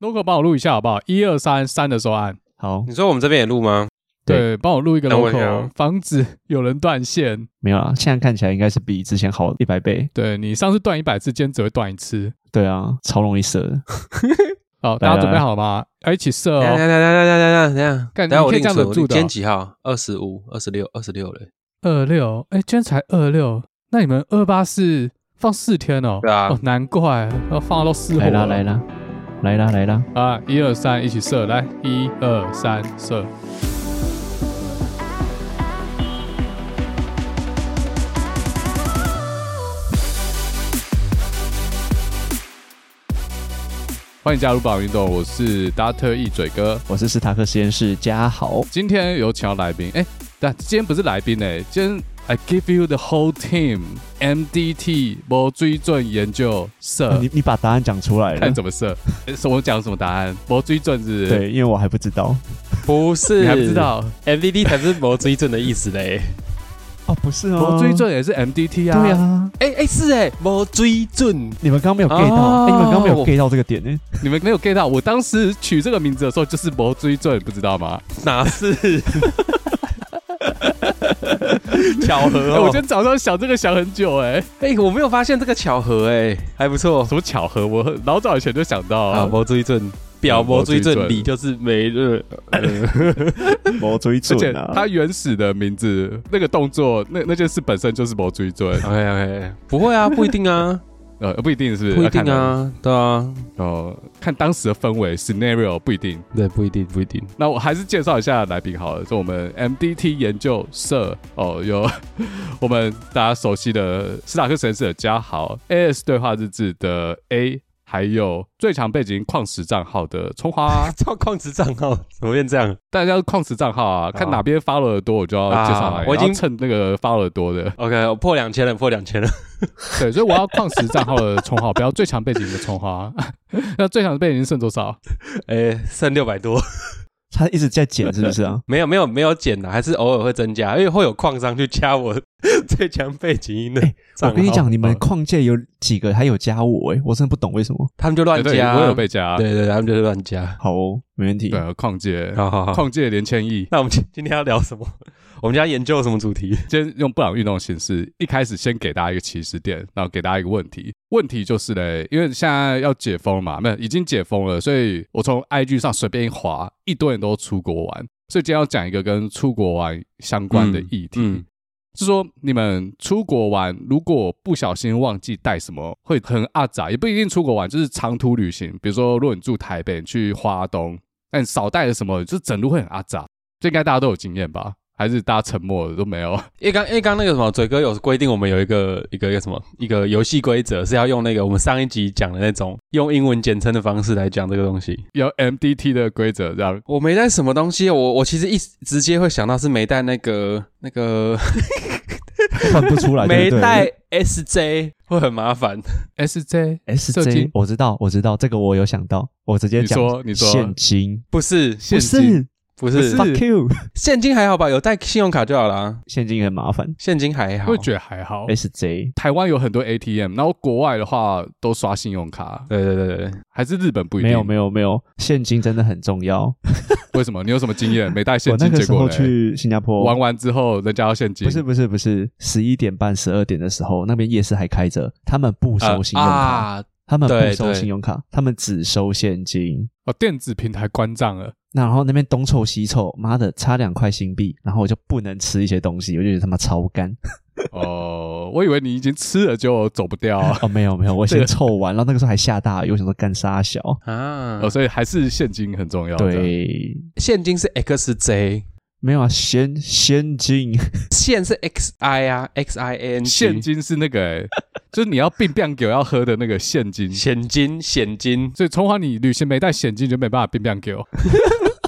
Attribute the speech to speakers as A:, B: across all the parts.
A: logo 帮我录一下好不好？一二三三的时候按。
B: 好，
C: 你说我们这边也录吗？
B: 对
A: 对，帮我录一个
C: 等我一
A: logo，
C: 下
A: 防止有人断线。
B: 没有啦，现在看起来应该是比之前好一百倍。
A: 对你上次断一百次，今天只会断一次。
B: 对啊，超容易射的。
A: 好，大家
B: 来
A: 准备
B: 来
A: 好了吗？要一起射
C: 等一下
A: 哦。
C: 等一下等一下等一下等一下
A: 干
C: 等一下
A: 你
C: 我
A: 可以
C: 另
A: 这样
C: 存
A: 忍
C: 我
A: 住的
C: 今
A: 哦
C: 天几号？二十五、二十六、二十六嘞。
A: 二六，哎，今天才二六，那你们二八是放四天哦？
C: 对啊
A: 哦，难怪要放到四
B: 来
A: 火
B: 啦
A: 了
B: 来啦来啦来啦！
A: 啊！一二三，一起射，来，一二三，射。欢迎加入宝运动，我是达特一嘴哥。
B: 我是斯塔克实验室嘉豪。
A: 今天有请到来宾，哎，但今天不是来宾哎，今天 I give you the whole team MDT 无追准研究
B: 啊
A: 射，
B: 你你把答案讲出来了
A: 嗯看？怎么 射，诶是我讲什么答案？无追准是不是？
B: 对，因为我还不知道。
C: 不是，
A: 你还不知道，
C: MVD 才是魔追正的意思嘞。
B: 哦，不是哦，
A: 魔追准也是 MDT 啊。
B: 对，啊，
C: 哎哎是哎，魔追正
B: 你们刚刚没有 get 到，
C: 哦
B: 哎，你们刚刚没有
C: 我
B: get 到这个点呢。
A: 你们没有 get 到，我当时取这个名字的时候就是魔追准，不知道吗？
C: 哪是？ 巧合哦
A: 哎我今天早上想这个想很久、哎，
C: 哎、我没有发现这个巧合、哎，还不错
A: 什么巧合？我老早以前就想到
C: 啊。
A: 啊。
C: 魔追正，
A: 表
C: 表
A: 魔
C: 魔
A: 追正
C: 追正，
A: 里
C: 里就是哦没热。，
B: 我追
A: 而且
B: 准啊
A: 他！原始的名字，那个动作，那那件事本身就是魔追准
C: OK OK，不会 啊，不一定啊，
A: 呃，不一定是不是？
C: 不一
A: 要
C: 定
A: 看当。
C: 啊，对啊，
A: 哦，看当时的氛围 scenario 不一定。
C: 对，不一定，不一定。。
A: 那我还是介绍一下来宾好了，就我们 MDT 研究社哦，有 我们大家熟悉的斯塔克神社的嘉豪，AS 对话日志的 A，还有最强背景矿石账号的葱花
C: 照矿池账号怎么变这样
A: 大家矿石账号啊，看哪边 follow 的多，我就要介绍来。
C: 哦啊我已经，
A: 然后蹭那个 follow 的多的
C: ？OK，我 破两千了，破两千了。
A: 对，所以我要矿石账号的葱花，不要最强背景的葱花。 那最强背景剩多少？
C: 哎、剩六百多，？
B: 他一直在剪，是不是啊
C: 没有没有没有减的，还是偶尔会增加，因为会有矿商去加我 最强背景音的
B: 哎我
C: 账号、
B: 跟你讲，你们矿界有几个还有加我哎，我真的不懂为什么。
C: 他们就乱
A: 哎对
C: 加啊，
A: 我有被加。
C: 对哦对，他们就是乱加。
B: 好哦，没问题。
A: 对，啊矿界，
C: 好好好，
A: 矿界连千亿。
C: 那我们今今天要聊什么？我们今天要研究什么主题？
A: 今天用布朗运动的形式，一开始先给大家一个起始点，然后给大家一个问题。问题就是嘞，因为现在要解封嘛，没有已经解封了，所以我从 IG 上随便一滑，一堆人都出国玩，所以今天要讲一个跟出国玩相关的议题。
C: 嗯嗯
A: 是说你们出国玩，如果不小心忘记带什么，会很阿杂，也不一定出国玩，就是长途旅行。比如说，如果你住台北，你去花东，那你少带了什么，就是整路会很阿杂。这应该大家都有经验吧？还是大家沉默了都没有？
C: 因为刚因为刚那个什么，嘴哥有规定，我们有一个一个一个什么一个游戏规则是要用那个我们上一集讲的那种用英文简称的方式来讲这个东西。
A: 有 MDT 的规则，这样
C: 我没带什么东西，我我其实一直接会想到是没带那个那个
B: 换不出来，对不
C: 没
B: 对
C: 带 SJ 会很麻烦。
A: SJ 射精
B: SJ，我知道，我知道，这个我有想到，我直接讲，
A: 你说你说
B: 现金，
C: 不是
A: 现金
B: 不是
C: 不是
A: 不是
B: fuck you，
C: 现金还好吧？有带信用卡就好啦。
B: 现金很麻烦
C: 现金还好
A: 我也。觉得还好。
B: 哎，SJ
A: 台湾有很多 ATM，然后国外的话都刷信用卡，
C: 对对对对，
A: 还是日本不一定。
B: 没有没有没有，现金真的很重要。
A: 有，为什么？你有什么经验？没带现
B: 我那
A: 金，
B: 个
A: 结
B: 时
A: 果
B: 候
A: 嘞
B: 去新加坡
A: 玩完之后，人家要现金，
B: 不是不是不是，十一点半十二点的时候，那边夜市还开着，他们不收信用卡，
C: 呃啊，
B: 他们不
C: 对
B: 收
C: 对
B: 信用卡，他们只收现金。
A: 哦，电子平台关账 了。
B: 那然后那边东凑西凑，妈的差两块新币，然后我就不能吃一些东西，我就觉得他妈超干。
A: 哦，我以为你已经吃了就走不掉，啊
B: 哦，没有没有，我
A: 这个
B: 先凑完，然后那个时候还下大雨，我想说干啥小。
C: 啊
A: 哦，，所以还是现金很重要。这样，
B: 对，
C: 现金是 XJ，
B: 没有啊，先先进
C: 现是 XI 啊，XIN
A: 现金是那个、 欸，就是你要病病酒要喝的那个现金。
C: 现金现金
A: 所以从华，你旅行没带现金就没办法病病酒，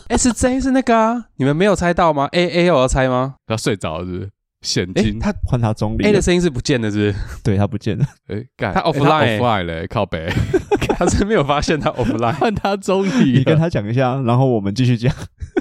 C: SJ 是那个啊，你们没有猜到吗？A A 我要猜吗？
A: 要睡着了是不是？现
C: 诶，
A: 金
C: 他
B: 换他中立
C: A
B: 了
C: 的，声音是不见的，是
B: 对他不 见了，
A: 哎，干
C: 他
A: 哎
C: offline 欸
A: offline 嘞，靠北，
C: 不是？他是没有发现他 offline。
A: 看他中
B: 你
A: 你
B: 跟他讲一下，然后我们继续讲，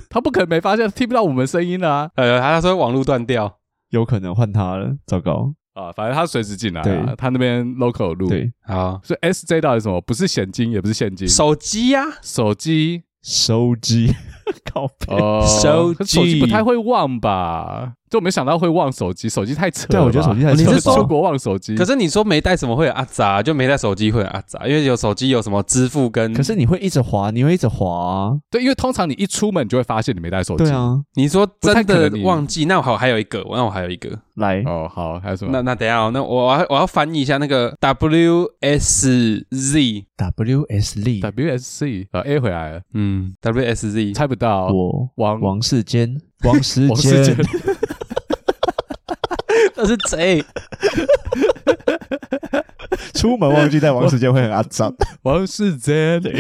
A: 他不可能没
C: 啊
A: 发现，听不到我们声音啦、
C: 呃，他他说网络断掉，
B: 有可能换他了，糟糕，
A: 啊，反正他随时进来啊
B: 对，
A: 他那边 local 录。
B: 对，
C: 好，
A: 所以 SJ 到底是什么？不是现金，也不是现金，
C: 手机啊呀、
A: 手机
B: 收机， 靠背。
A: 哦，
C: 手
A: 可是手机
C: 机
A: 不太会忘吧？就没想到会忘手机，手机太扯了吧。
B: 对我觉得手机太
A: 你
B: 扯
A: 是
B: 了吧
A: 出国忘手机？
C: 可是你说没带什么会有阿杂，就没带手机会有阿杂，因为有手机有什么支付跟，
A: 嗯
B: 可是你会一直滑，你会一直滑、啊，
A: 对，因为通常你一出门就会发现你没带手机。
B: 对。啊，
C: 你啊说
A: 不太
C: 真
A: 可
C: 的
A: 能你
C: 忘记，那我好还有一个，那我还有一个，
B: 来，
A: 哦，好，还有什么？
C: 那那等一下、哦，那我我要我要翻译一下那个 W S Z，
B: WSL，
A: WSC 呃 A 回来了，
C: 嗯，W S Z，
A: 猜不到。
B: 我
A: 王
B: 王世坚，王 世
A: 王世
B: 坚
A: 坚，
C: 那是贼，
B: 出门忘记带王世坚会很阿脏。
A: 王世坚，
C: 等一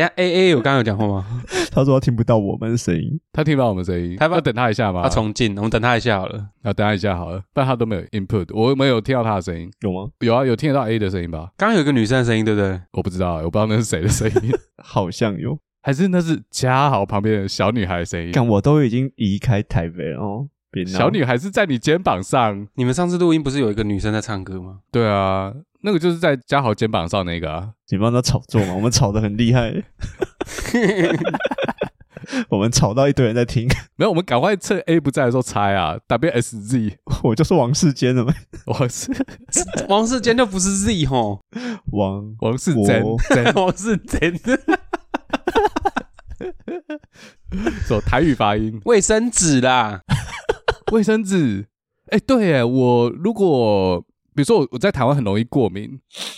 C: 下 A A 我刚刚有讲话吗？
B: 他说他听不到我们的声音，
A: 他听不到我们声音，
C: 他
A: 他
C: 把
A: 要等他一下吗？
C: 他重进，我们等他一下好了。
A: 啊，等他一下好了，但他都没有 input，我没有听到他的声音，
B: 有吗？
A: 有啊，有听得到 A 的声音吧？
C: 刚刚有一个女生的声音，对不对？
A: 我不知道，啊我不知道那是谁的声 音，
B: 好像有，
A: 还是那是嘉豪旁边的小女孩的声音？
B: 但我都已经移开台北了哦。别闹
A: 小女孩是在你肩膀上，
C: 你们上次录音不是有一个女生在唱歌 吗？
A: 对啊，那个就是在嘉豪肩膀上那个啊。
B: 你帮他炒作嘛，我们炒的很厉害，我们炒到一堆人在听，
A: 没有，我们赶快趁 A 不在的时候猜啊！WSZ，
B: 我就是王世坚了嘛，
A: 我是
C: 王世坚就不是 Z 吼，
B: 王
A: 王世坚
B: 我，
A: 坚
C: 王世坚
A: 走台语发音，
C: 卫生纸啦，
A: 卫生纸。哎、对耶，我如果比如说我我在台湾很容易过敏，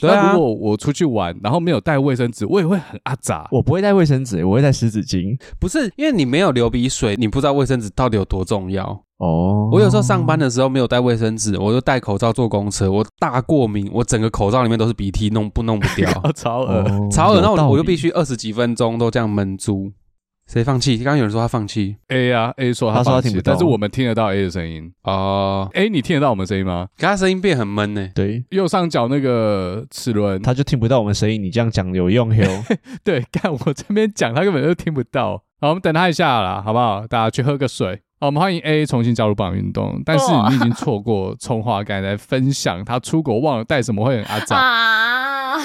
C: 对啊
A: 那如果我出去玩，然后没有带卫生纸，我也会很阿 杂。
B: 我不会带卫生纸，我会带湿纸巾。
C: 不是因为你没有流鼻水，你不知道卫生纸到底有多重要。
B: 哦，
C: 我有时候上班的时候没有带卫生纸，我就戴口罩坐公车，我大过敏，我整个口罩里面都是鼻涕，弄不弄不掉，
A: 啊，超恶、
B: 哦，
C: 超恶。那我我就必
B: 须
C: 须二十几分钟都这样闷住。谁放弃？刚刚有人说他放弃
A: A 啊，A 说
B: 他说
A: 放
B: 他听
A: 弃
B: 不到
A: 但是我们听得到 A 的声音。
C: 哦，
A: A，你听得到我们声音吗？
C: 可他声音变很 闷呢、
B: 对，
A: 右上角那个齿轮，
B: 他就听不到我们声音。你这样讲有用哟。
A: 对，看我这边讲，他根本就听不到。好，我们等他一下啦，好不好？大家去喝个水。好，我们欢迎 A 重新加入棒运动，但是你已经错过 葱花刚才分享他出国忘了带什么会很阿杂。
D: 啊，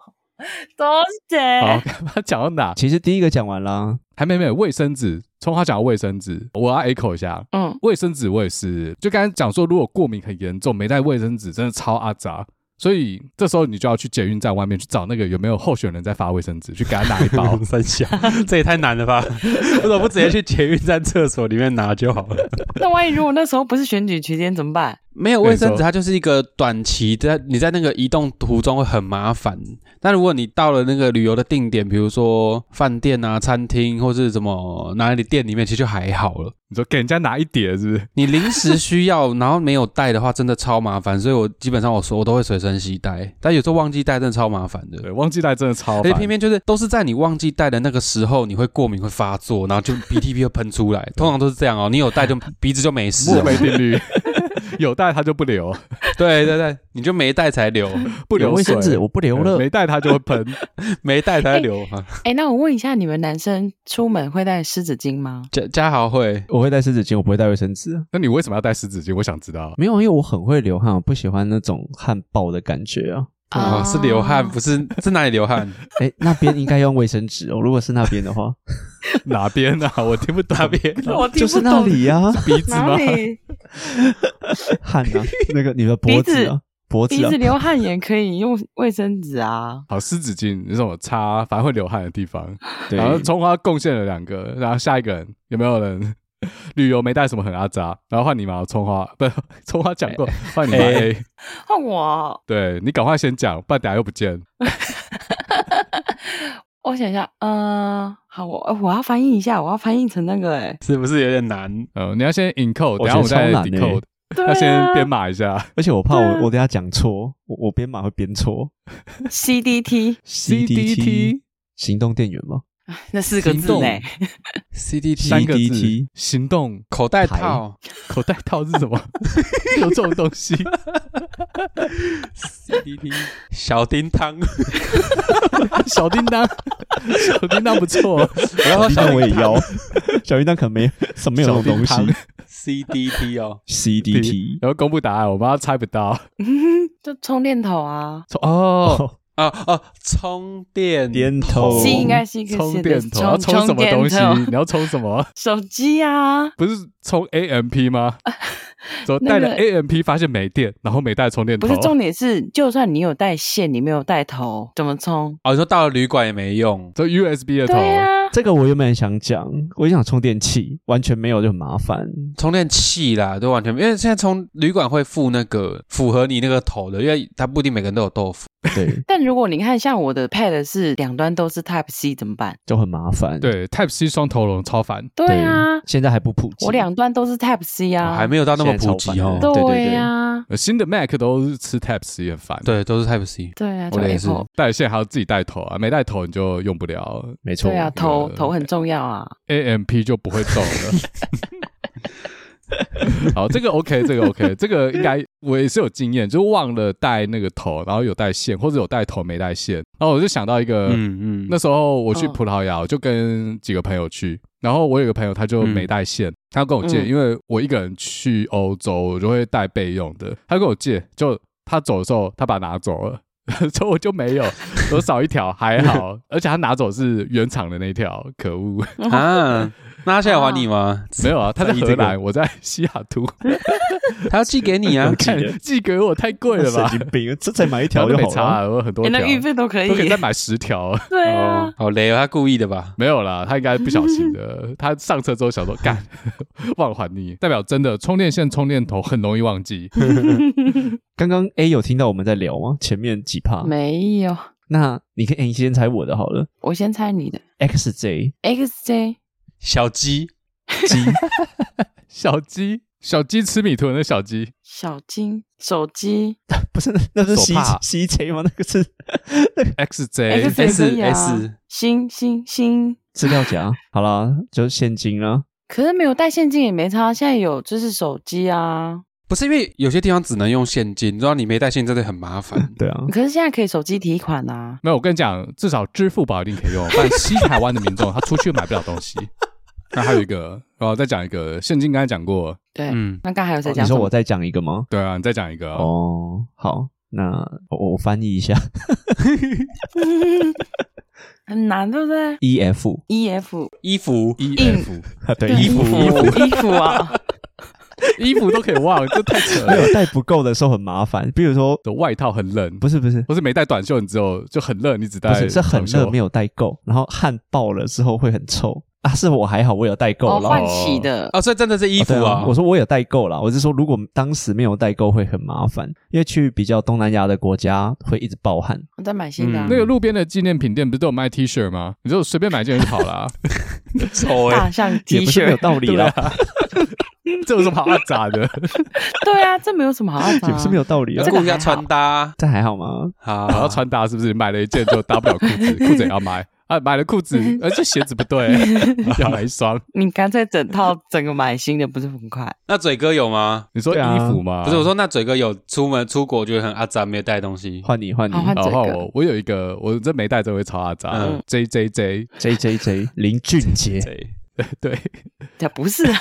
D: 多谢。
A: 好， 他讲到哪？
B: 其实第一个讲完啦，
A: 还没没有卫生纸，葱花讲到卫生纸，我要 echo 一下。
D: 嗯，
A: 卫生纸我也是，就刚才讲说，如果过敏很严重，没带卫生纸真的超阿杂。所以这时候你就要去捷运站外面去找那个有没有候选人在发卫生纸，去给他拿一 包。
C: 三下，这也太难 了吧？ 为什么不直接去捷运站厕所里面拿就好了？
D: 那万一如果那时候不是选举期间怎么办？
C: 没有卫生
A: 没
C: 纸，
A: 错
C: 它就是一个短期在你在那个移动途中会很麻烦。但如果你到了那个旅游的定点，比如说饭店啊、餐厅或是什么哪里店里面，其实就还好了。
A: 你说给人家拿一叠是不是？
C: 你临时需要，然后没有带的话，真的超麻烦。所以我基本上我说我都会随身携带，但有时候忘记带，真的超麻烦的。
A: 对，忘记带真的超
C: 而且
B: 哎
A: 烦。
C: 偏偏就是都是在你忘记带的那个时候，你会过敏会发作，然后就鼻涕屁会 喷出来，通常都是这样哦。你有带就鼻子就没事、
A: 墨
C: 哦，
A: 菲定律， 有带它就不流，
C: 对对对，你就没带才流，
A: 不流
B: 有卫生纸我不留
A: 流
B: 了。
A: 没带它就会喷。
C: 没带才流。啊
D: 哎，那我问一下，你们男生出门会带湿纸巾吗？
C: 嘉嘉豪会，
B: 我会带湿纸巾，我不会带卫生纸。
A: 那你为什么要带湿纸巾？我想知道。
B: 没有，因为我很会流汗，我不喜欢那种汗爆的感觉啊。
C: 啊、是流汗，不是是哪里流汗？
B: 哎，那边应该用卫生纸哦。如果是那边的话，
A: 哪边啊？我听不懂。
C: 哪边？
D: 我听
B: 就
D: 不
B: 是那
D: 懂
B: 里啊呀、
A: 鼻子
D: 哪
A: 吗？
D: 里
B: 汗 啊，那个你的脖子啊，脖
D: 鼻
B: 子啊
D: 子，流汗也可以用卫生纸 啊。
A: 好，湿纸巾，你怎么擦？反正会流汗的地方。
B: 对，
A: 然后葱花贡献了两个，然后下一个人有没有人 旅游没带什么很阿杂？然后换你嘛，葱花 不，葱花讲过，换你嘛。
C: 哎
A: A，
D: 换我，
A: 对你赶快先讲，不然等下又不见。
D: 我想一下，嗯，好，我呃我要翻译一下，我要翻译成那个，哎，
C: 是不是有点难？
A: 呃，你要先 encode，等下我
B: 我觉得
A: 再
B: 超难欸
A: decode，
D: 对
A: 要先编
D: 啊
A: 码一下。
B: 而且我怕
D: 对啊
B: 我我等一下讲错，我我编码会编错。
D: ，CDT
A: CDT
B: 行动电源吗？
D: 那四个
C: 行
D: 字
C: 动
D: 呢？
A: 三
B: E
C: CDT
A: 个字
B: CDT，
A: 行动
C: 口袋套
A: 口袋套是什么？ 有这种东西？
C: ，CDT 小叮 当，
A: 小叮当， 小叮当不错，
C: 然
B: 小
C: 后
B: 叮
C: 小
B: 当我也要，小叮当可能没什么没有那种东西
A: 小叮当。
C: CDT 哦，
B: CDT
A: 然后公布答案，我妈猜不到。
D: 就充电头啊
A: 哦，
C: 啊啊，充电
B: 电头
D: ，C 应该啊是一个
A: 哦充
D: 线
A: 电头要充什么东西？
D: 充电头
A: 你要充什么？
D: 手机啊，
A: 不是充 AMP 吗？怎么
D: 那
A: 带
D: 个
A: 了 AMP 发现没电，然后没带充电头？
D: 不是重点是，就算你有带线，你没有带头，怎么充？
C: 哦，你说到了旅馆也没用，
A: 这 USB 的头，
D: 对啊，
B: 这个我原本也想讲，我也想充电器，完全没有就很麻烦。
C: 充电器啦，都完全没，因为现在从旅馆会附那个符合你那个头的，因为它不一定每个人都有豆腐。
B: 对，
D: 但如果你看像我的 Pad 是两端都是 Type C 怎么办？
B: 就很麻烦。
A: 对 Type C 双头龙超烦。
D: 对啊，
B: 现在还不普及。
D: 我两端都是 Type C
C: 哦
D: 啊，
C: 还没有到那么普
B: 现在
C: 及
B: 超
C: 哦
B: 烦。的对
D: 对啊
B: 对
D: 呀，
A: 呃新的 Mac 都是吃 Type C 很烦。，
C: 对，都是 Type C。
D: 对啊，
C: 我
D: 就
C: 的也是
D: Apple，
A: 带线还要自己带头啊，没带头你就用不了
B: 没错。。
D: 对啊，头
A: 个
D: 头很重要啊，
A: AMP 就不会动 了。 好，这个 OK，这个 OK，这个应该我也是有经验，就忘了带那个头，然后有带线，或者有带头没带线，然后我就想到一个，
C: 嗯嗯，
A: 那时候我去
D: 嗯
A: 葡萄牙，我就跟几个朋友去，然后我有个朋友他就没带线，他跟我借，
D: 嗯
A: 因为我一个人去欧洲，我就会带备用的，他跟我借，就他走的时候他把它拿走了。 所以我就没有，我少一条还好，而且他拿走是原厂的那一条，可恶！
C: 啊，那他现在有还你 吗？
A: 没有啊，他在
C: 在意这
A: 荷
C: 个
A: 兰，我在西雅图，
C: 他要寄给你啊
B: 记得
A: 看 寄给我太贵了
B: 神
A: 吧？
B: 经病，这再买一条
A: 条就
B: 就
A: 没
B: 好了。
A: 差了，我有很多
D: 诶
A: 条，
D: 哎那运
A: 都
D: 费都可
A: 可以
D: 以
A: 再，买十条。
D: 对
C: 哦
D: 啊，，
C: 好雷哦，他故意的吧？
A: 没有啦，他应该不小心 的。他上车之后想说，干， 忘了还你，代表真的充电线、充电头很容易忘 记。
B: 刚刚 A 有听到我们在聊吗？前面几
A: 哦
B: 趴？
D: 没有，
B: 那你可以、欸你先猜我的好了。
D: 我先猜你的
B: XJ
D: XJ
C: 小鸡，
B: 机
A: 小鸡，小鸡吃米图的小鸡，
D: 小金手机
B: 不是那是 C
A: 手帕
B: CJ 吗？那个是哎
A: XJ，
D: XJ 可
C: S
D: 以啊，星星星，
B: 资料 夹。好啦，就是现金啦。。
D: 可是没有带现金也没差，现在有就是手机啊，
C: 不是因为有些地方只能用现金，你知道你没带现金真的很麻烦
B: 对啊，
D: 可是现在可以手机提款啊，
A: 没有，我跟你讲，至少支付宝一定可以用，不然西台湾的民众他出去买不了 东西。那还有一个，哦，再讲一个，现金刚才讲过，
D: 对，
C: 嗯，
D: 那刚还有谁
B: 哦你
D: 讲什
B: 说
D: 么？
B: 我再讲一个吗？
A: 对啊，你再讲一个，哦、
B: 哦，好，那我我翻译一下
D: 很难，对不对
B: EF，
D: ？E F，E
C: 衣服，
A: 衣
B: E
D: 硬
A: 服，
B: 对，E
C: 衣服
D: 衣服衣服啊，
A: 衣服都可以忘，这太扯
B: 没
A: 了。
B: 有带不够的时候很麻烦，比如说
A: 的外套很冷，
B: 不是不是
A: 或是没带短袖，你只有就很热，你只带
B: 不是是很热没
A: 有
B: 有带够，然后汗爆了之后会很臭啊。是我还好，我有带 够
D: 哦，
B: 了。
D: 换洗的，
C: 哦，所以真的是衣服
B: 对
C: 啊
B: 我。说我有代购啦，我是说如果当时没有代购会很麻烦，因为去比较东南亚的国家会一直暴汗。
D: 我再买新的
C: 嗯
D: 啊
B: 嗯
A: 那，个路边的纪念品店不是都有卖 T 恤吗？你就随便买件就好 啦。
C: 丑哎，
D: 大象
B: 也
D: T
B: 不是没有
D: 恤，
B: 道理
A: 对
B: 啦，
A: 啊，这有什么好咋 的？
D: 对啊，这没有什么好看的
B: 也不是没
D: 啊，
B: 有道理
C: 要
B: 啊
D: 这。
C: 顾
D: 个
C: 一下
D: 还好
C: 穿搭。
B: 这还好吗？
C: 好，
A: 然后穿搭是不是买了一件就搭不了裤子，裤子也要买啊？买了裤子， 呃，这鞋子不对，要买一双。
D: 你干脆整套整个买新的，不是很快？
C: 那嘴哥有吗？
A: 你说
B: 对啊
A: 衣服吗？
C: 不是，我说那嘴哥有出门出国觉得很阿杂，没有带东西。
B: 换你换你
D: 好换
A: 哦。然
D: 这
A: 后
D: 个，
A: 我我有一个，我真没带，这会超阿杂
C: 嗯。
A: J J J，
B: ，J J J 林俊杰
C: 谁？
A: 对，
D: 这不是啊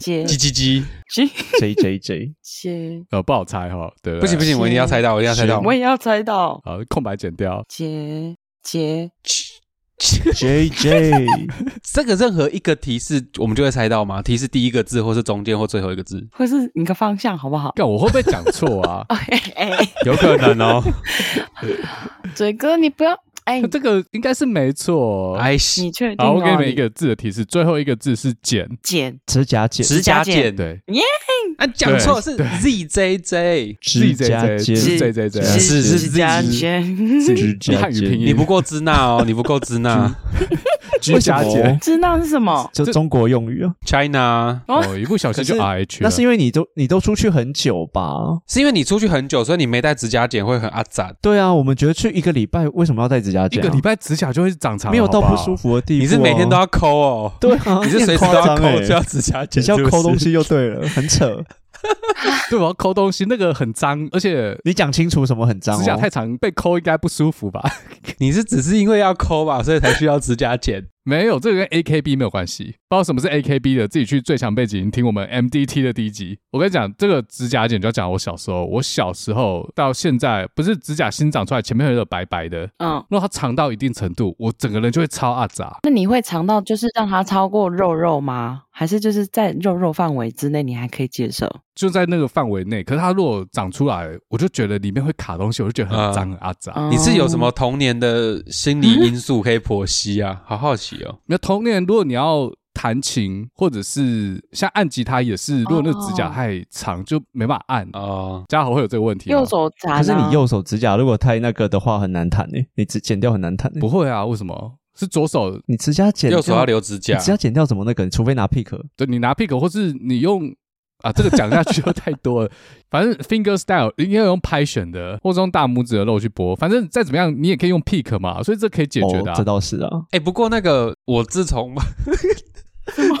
D: 接
C: 叽叽叽！
D: 接
B: J J J，
D: 接，
A: 呃，不好猜哈，对对？
C: 不行不行，我一定要猜到，我一定要猜到。
D: 我也要猜到
A: 好，空白剪掉。
D: 接接
B: J J，
C: 这个任何一个提示，我们就会猜到吗？提示第一个字，或是中间，或最后一个字。
D: 或是一个方向，好不好？？
A: 干，我会不会讲错啊
D: 哎哎，
C: 有可能哦。
D: 嘴哥，你不要 哎
A: 啊那，这个应该是没错。
C: 哎，
D: 你确定？
A: 好，我给你们一，个字的提示，最后一个字是剪。
D: 剪
B: 指甲剪，
C: 指甲
D: 甲
C: 剪
D: 剪
A: 对
C: 啊，讲错是 ZJJ，
A: ，Z
B: 指
A: J
B: 甲
A: J
B: 剪，
A: 是
D: 指
A: J J J，
B: 是
D: 指
C: 是
D: 指甲
C: 是
B: 嗯
D: 剪，
B: 指
A: 你
B: 甲
A: 汉语拼
B: 剪，
A: 音
C: 你不够支那哦，你不够支那
A: 指甲
B: 为什么
A: 剪。
D: 知道是什么？
B: 就中国用语啊。
C: China。
D: 哦
A: 哦，一不小心就
B: 可是
A: R H
B: 那是因为你都你都出去很久吧？
C: 是因为你出去很久，所以你没带指甲剪会很阿杂。
B: 对啊，我们觉得去一个礼拜为什么要戴指甲
A: 一
B: 剪啊？
A: 个礼拜指甲就会长长，
B: 没有到
A: 好
B: 不
A: 好
B: 舒。服的地步啊。
C: 你是每天都要抠哦，
B: 对啊，
C: 你是随时都
B: 夸
C: 要
B: 张
C: 抠，就
B: 欸
C: 要指甲
B: 只
C: 剪，
B: 是要
C: 是不是
B: 抠东。西就对了，很扯。
A: 对，我要抠东西，那个很脏，而且
B: 你讲清楚什么很脏、哦？
A: 指甲太长被抠应该不舒服吧？
C: 你是只是因为要抠吧，所以才需要指甲剪。
A: 没有，这个跟 A K B 没有关系。不知道什么是 A K B 的，自己去最强背景听我们 M D T 的第一集。我跟你讲，这个指甲剪就要讲我小时候。我小时候到现在，不是指甲新长出来，前面有点白白的。
D: 嗯，
A: 如果它长到一定程度，我整个人就会超阿杂。
D: 那你会尝到就是让它超过肉肉吗？还是就是在肉肉范围之内你还可以接受？
A: 就在那个范围内，可是它如果长出来，我就觉得里面会卡东西，我就觉得很脏、
C: 嗯
A: 很阿杂。
B: 哦
D: 嗯
C: 你是有什么童年的心理因素可以剖析 啊？好好奇哦。
A: 那童年，如果你要弹琴，或者是像按吉他也是，如果那个指甲
D: 哦
A: 太长，就没办法按。
C: 哦，
A: 嘉豪会有这个问题吗？
D: 右手夹、啊，
B: 可是你右手指甲如果太那个的话，很难弹诶、你指剪掉很难弹、欸。
A: 不会啊？为什么？是左手，
B: 你指甲剪掉，
C: 右手要留指甲
B: 你，指甲剪掉怎么那个？除非拿 pick，
A: 对你拿 pick，或是你用啊，这个讲下去又太多了。 反正 finger style 应该用拍选的，或者用大拇指的肉去拨。反正再怎么样，你也可以用 pick 嘛，所以这可以解决的、啊。
B: 哦这倒是啊。
C: 哎、不过那个我 自从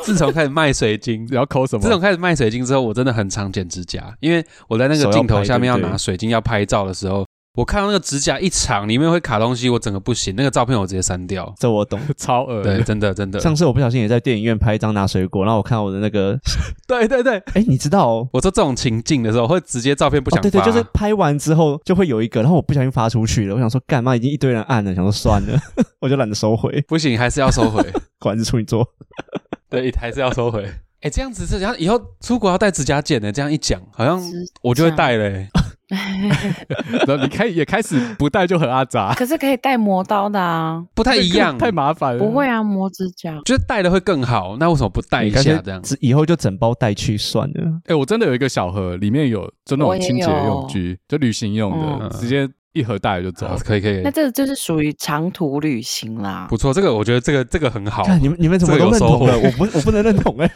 C: 自从开始卖水晶，
A: 要抠什
C: 自从
A: 么？
C: 开始卖水晶之后，我真的很常剪指甲，因为我在那个镜头下面要拿水晶要拍照的时候，我看到那个指甲一长，里面会卡东西，我整个不行，那个照片我直接删掉。
B: 这我懂。
A: 超恶
C: 对，
A: 的，
C: 真的真的，
B: 上次我不小心也在电影院拍一张拿水果，然后我看到我的那个，
C: 对对对，
B: 哎，你知道哦，
C: 我说这种情境的时候，会直接照片 不
B: 哦
C: 想发，
B: 对对，就是拍完之后就会有一个，然后我不小心发出去了，我想说干嘛已经一堆人按了，想说算了， 我就懒得收回，
C: 不行，还是要收回。
B: 果然是处女座。
C: 对，还是要收回。 哎、这样子，这样以后出国要带指甲剪的，这样一讲，好像
D: 指甲
C: 我就会欸带嘞、
A: 然后你开也开始不戴就很阿杂，
D: 可是可以带磨刀的啊，
C: 不 太一样，
A: 太麻烦了。
D: 不会啊，磨指甲。
C: 就是带了会更好。那为什么不带一
B: 干脆
C: 下这样？
B: 只以后就整包带去算了。
A: 哎、我真的有一个小盒，里面有就那
D: 我
A: 种
D: 也
A: 清洁
D: 有
A: 用具，就旅行用的，
C: 嗯
A: 直接一盒带就走
C: 好，。啊可以可以
D: 那，这个就是属于长途旅行啦
C: 不。错，这个我觉得这个这个很好。
B: 看你们你们怎么
C: 这个
B: 都
C: 有
B: 认同
C: 收获
B: 了，我不我不能认同哎、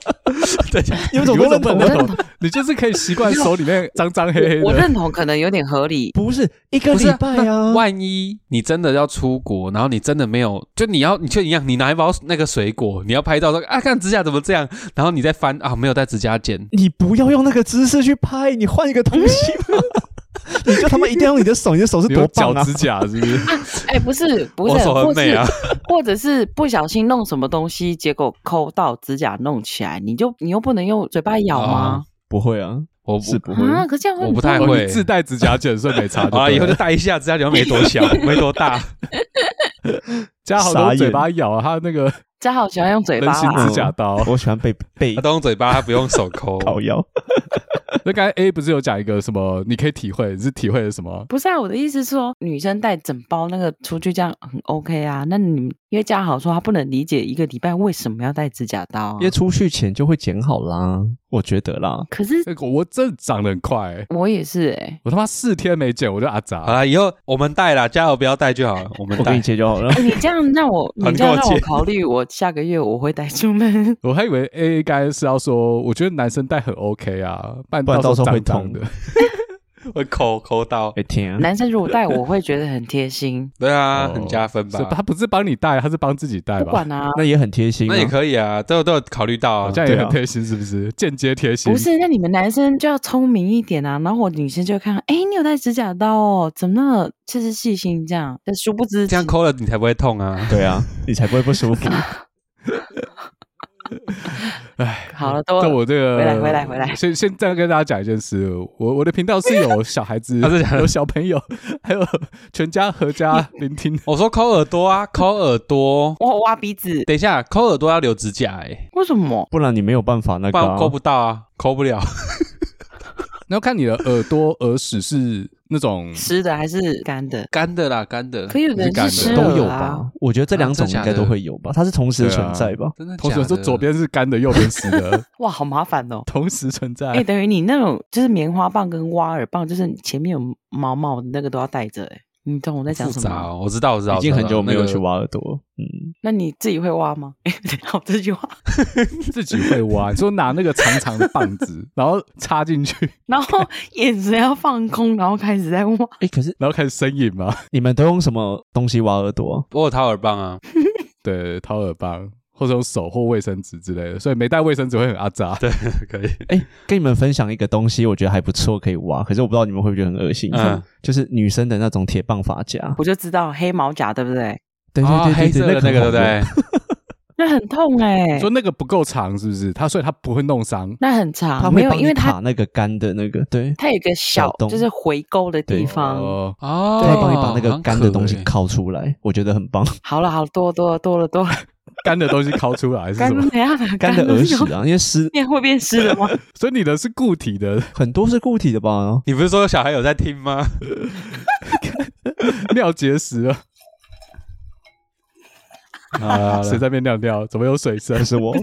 C: 对，
B: 你们怎 么
A: 你为
B: 都
A: 什
B: 认
A: 么
B: 同
A: 不能
B: 了？
A: 认同？你就是可以习惯手里面脏脏黑黑
D: 我
A: 的。
D: 认同，可能有点合理。
B: 不是一个
C: 不
B: 礼
C: 是啊
B: 拜
C: 那
B: 啊，
C: 万一你真的要出国，然后你真的没有，就你要你就一样，你拿一包那个水果，你要拍照说啊，看指甲怎么这样，然后你再翻啊，没有带指甲剪，
B: 你不要用那个姿势去拍，你换一个东西 吧。你就他妈一定要用你的手，你的手是
A: 你
B: 多
A: 有
B: 棒
A: 脚
B: 啊！
A: 指甲是不是？
D: 哎、不是不是，
C: 我手
D: 或
C: 很
D: 是
C: 美啊，
D: 或者是不小心弄什么东西，结果抠到指甲弄起来，你就你又不能用嘴巴咬吗？
B: 不会啊，
C: 我
B: 是
C: 不
B: 不会。
D: 啊，可这样会
C: 我
D: 很
C: 不 太
D: 痛
A: 哦
C: 会
A: 你自带指甲剪，所以没差就对了。
C: 啊，以后就带一下，指甲剪又没多小，没多大，
A: 加好
B: 傻
A: 多
B: 眼
A: 嘴巴咬啊，他那个
D: 嘉豪喜欢用嘴巴啊
A: 人形
D: 啦
A: 指，
C: 嗯
A: 甲刀。
B: 我喜欢被被
C: 他都用嘴巴，他不用手抠。
B: 烤腰。
A: 那刚才 A 不是有讲一个什么？你可以体会，你是体会了什么？
D: 不是啊，我的意思是说，女生带整包那个出去这样很 OK 啊。那你因为嘉豪说他不能理解一个礼拜为什么要带指甲刀、啊
B: 因，为出去前就会剪好啦，我觉得啦。
D: 可是
A: 那个我真的长得很快、欸
D: 我也是哎、
A: 我他妈四天没剪，我就阿
C: 好
A: 杂。
C: 啦，以后我们带啦，加油不要带就好了，我们
B: 我给
C: 带
B: 你。切就好了。
D: 哎你 这样让我，
C: 好
D: 你
C: 你
D: 这
C: 跟我
D: 样让我
C: 借
D: 考虑，我下个月我会带出 门。
A: 我还以为 A 应该是要说，我觉得男生戴很 OK 啊，不然
B: 不然
A: 到时
B: 到时候会
A: 胀痛
B: 痛
A: 的。
C: 会抠抠到，
B: 哎天啊，
D: 男生如果带，我会觉得很贴心。
C: 对啊，
A: 哦
C: 很加分
A: 是
C: 吧？
A: 他不是帮你戴，他是帮自己戴
D: 不
A: 吧
D: 管？啊，
B: 那也很贴心、啊。
C: 那也可以啊，都有都有考虑到
A: 好
C: 啊。
A: 像也
B: 对
A: 很
B: 啊
A: 贴心，是不是？间接贴心。
D: 不是，那你们男生就要聪明一点啊。然后我女生就会看，哎、你有带指甲刀哦，怎么那么就是细心这样？但殊不知，
C: 这样抠了你才不会痛啊。
B: 对啊，你才不会不舒 服。
D: 好了，都
A: 在我这个
D: 回来回来回来
A: 先先再跟大家讲一件事，我我的频道是有小孩 子
C: 啊真的假，的
A: 有小朋友， 还有全家合家聆 听。
C: 我说抠耳朵啊，抠耳朵。
D: 我挖鼻子，
C: 等一下，抠耳朵要留指甲哎、
D: 为什么？
B: 不然你没有办法那
C: 不
B: 个、
C: 然
B: 啊。
C: 抠不到啊，抠不了。
A: 然后看你的耳朵耳屎是那种
D: 湿的还是干的？
C: 干的啦，干的
D: 可。有的人
A: 干
D: 是
A: 的
D: 湿
B: 都有
D: 耳
B: 吧
D: 啊，？
B: 我觉得这两种
C: 啊真
B: 应
C: 假
B: 该
C: 的
B: 都会有吧，它是同时存在吧？
C: 真的假
A: 同
C: 的？
A: 学说左边是干的，右边湿 的，
D: 哇，好麻烦哦。
A: 同时存在。
D: 哎、等于你那种就是棉花棒跟挖耳棒，就是你前面有毛毛的那个都要带着、哎，你懂我在讲
C: 复
D: 什
C: 杂
D: 么吗？
C: 哦，我知道，我知道，
B: 已经很久没有去
C: 玩。
B: 挖耳朵，嗯，
D: 那你自己会挖吗？ 哎、等一下我这句话，
A: 自己会挖，你说拿那个长长的棒 子，然后插进去，
D: 然后眼神要放空，然后开始在挖。
B: 哎，可是
A: 然后开始呻吟嘛。
B: 你们都用什么东西挖耳朵？
C: 我有掏耳棒啊，
A: 对，掏耳棒或者用手或卫生纸之类的，所以没带卫生纸会很阿杂。
C: 对， 可以。
B: 哎，跟你们分享一个东西，我觉得还不错，可以挖。可是我不知道你们会不会觉得很恶心，
C: 嗯
B: 就是女生的那种铁棒发夹。啊
D: 我就知道黑毛甲对不对？
B: 对
C: 哦
B: 对对对对，
C: 黑色的那个对不对？
D: 那很痛哎、
A: 说那个不够长是不是？它所以它不会弄伤。
D: 那很长，
B: 他
D: 没
B: 会
D: 有，
B: 帮
D: 因
B: 你
D: 为它
B: 卡那个杆的那个，对，
D: 它有一个小
B: 洞
D: 就是回勾的地
B: 对
D: 方。
A: 哦，
C: 哦，
B: 他会帮你把那个
C: 很
B: 杆
C: 可
B: 的东西
C: 欸
B: 烤出来，我觉得很棒。
D: 好了，好多多了多了多了，
A: 干的东西抠出来是
D: 干
A: 什么？
D: 怎样？
B: 干
D: 干
B: 的耳屎
D: 有
B: 啊，因为湿
D: 面会变湿的吗？
A: 所以你的是固体的
B: 很多是固体的 吧？
C: 你不是说小孩有在听吗？
A: 尿结石 啊，
C: 啊
A: 谁在面尿尿？怎么有水声
B: 不？是我，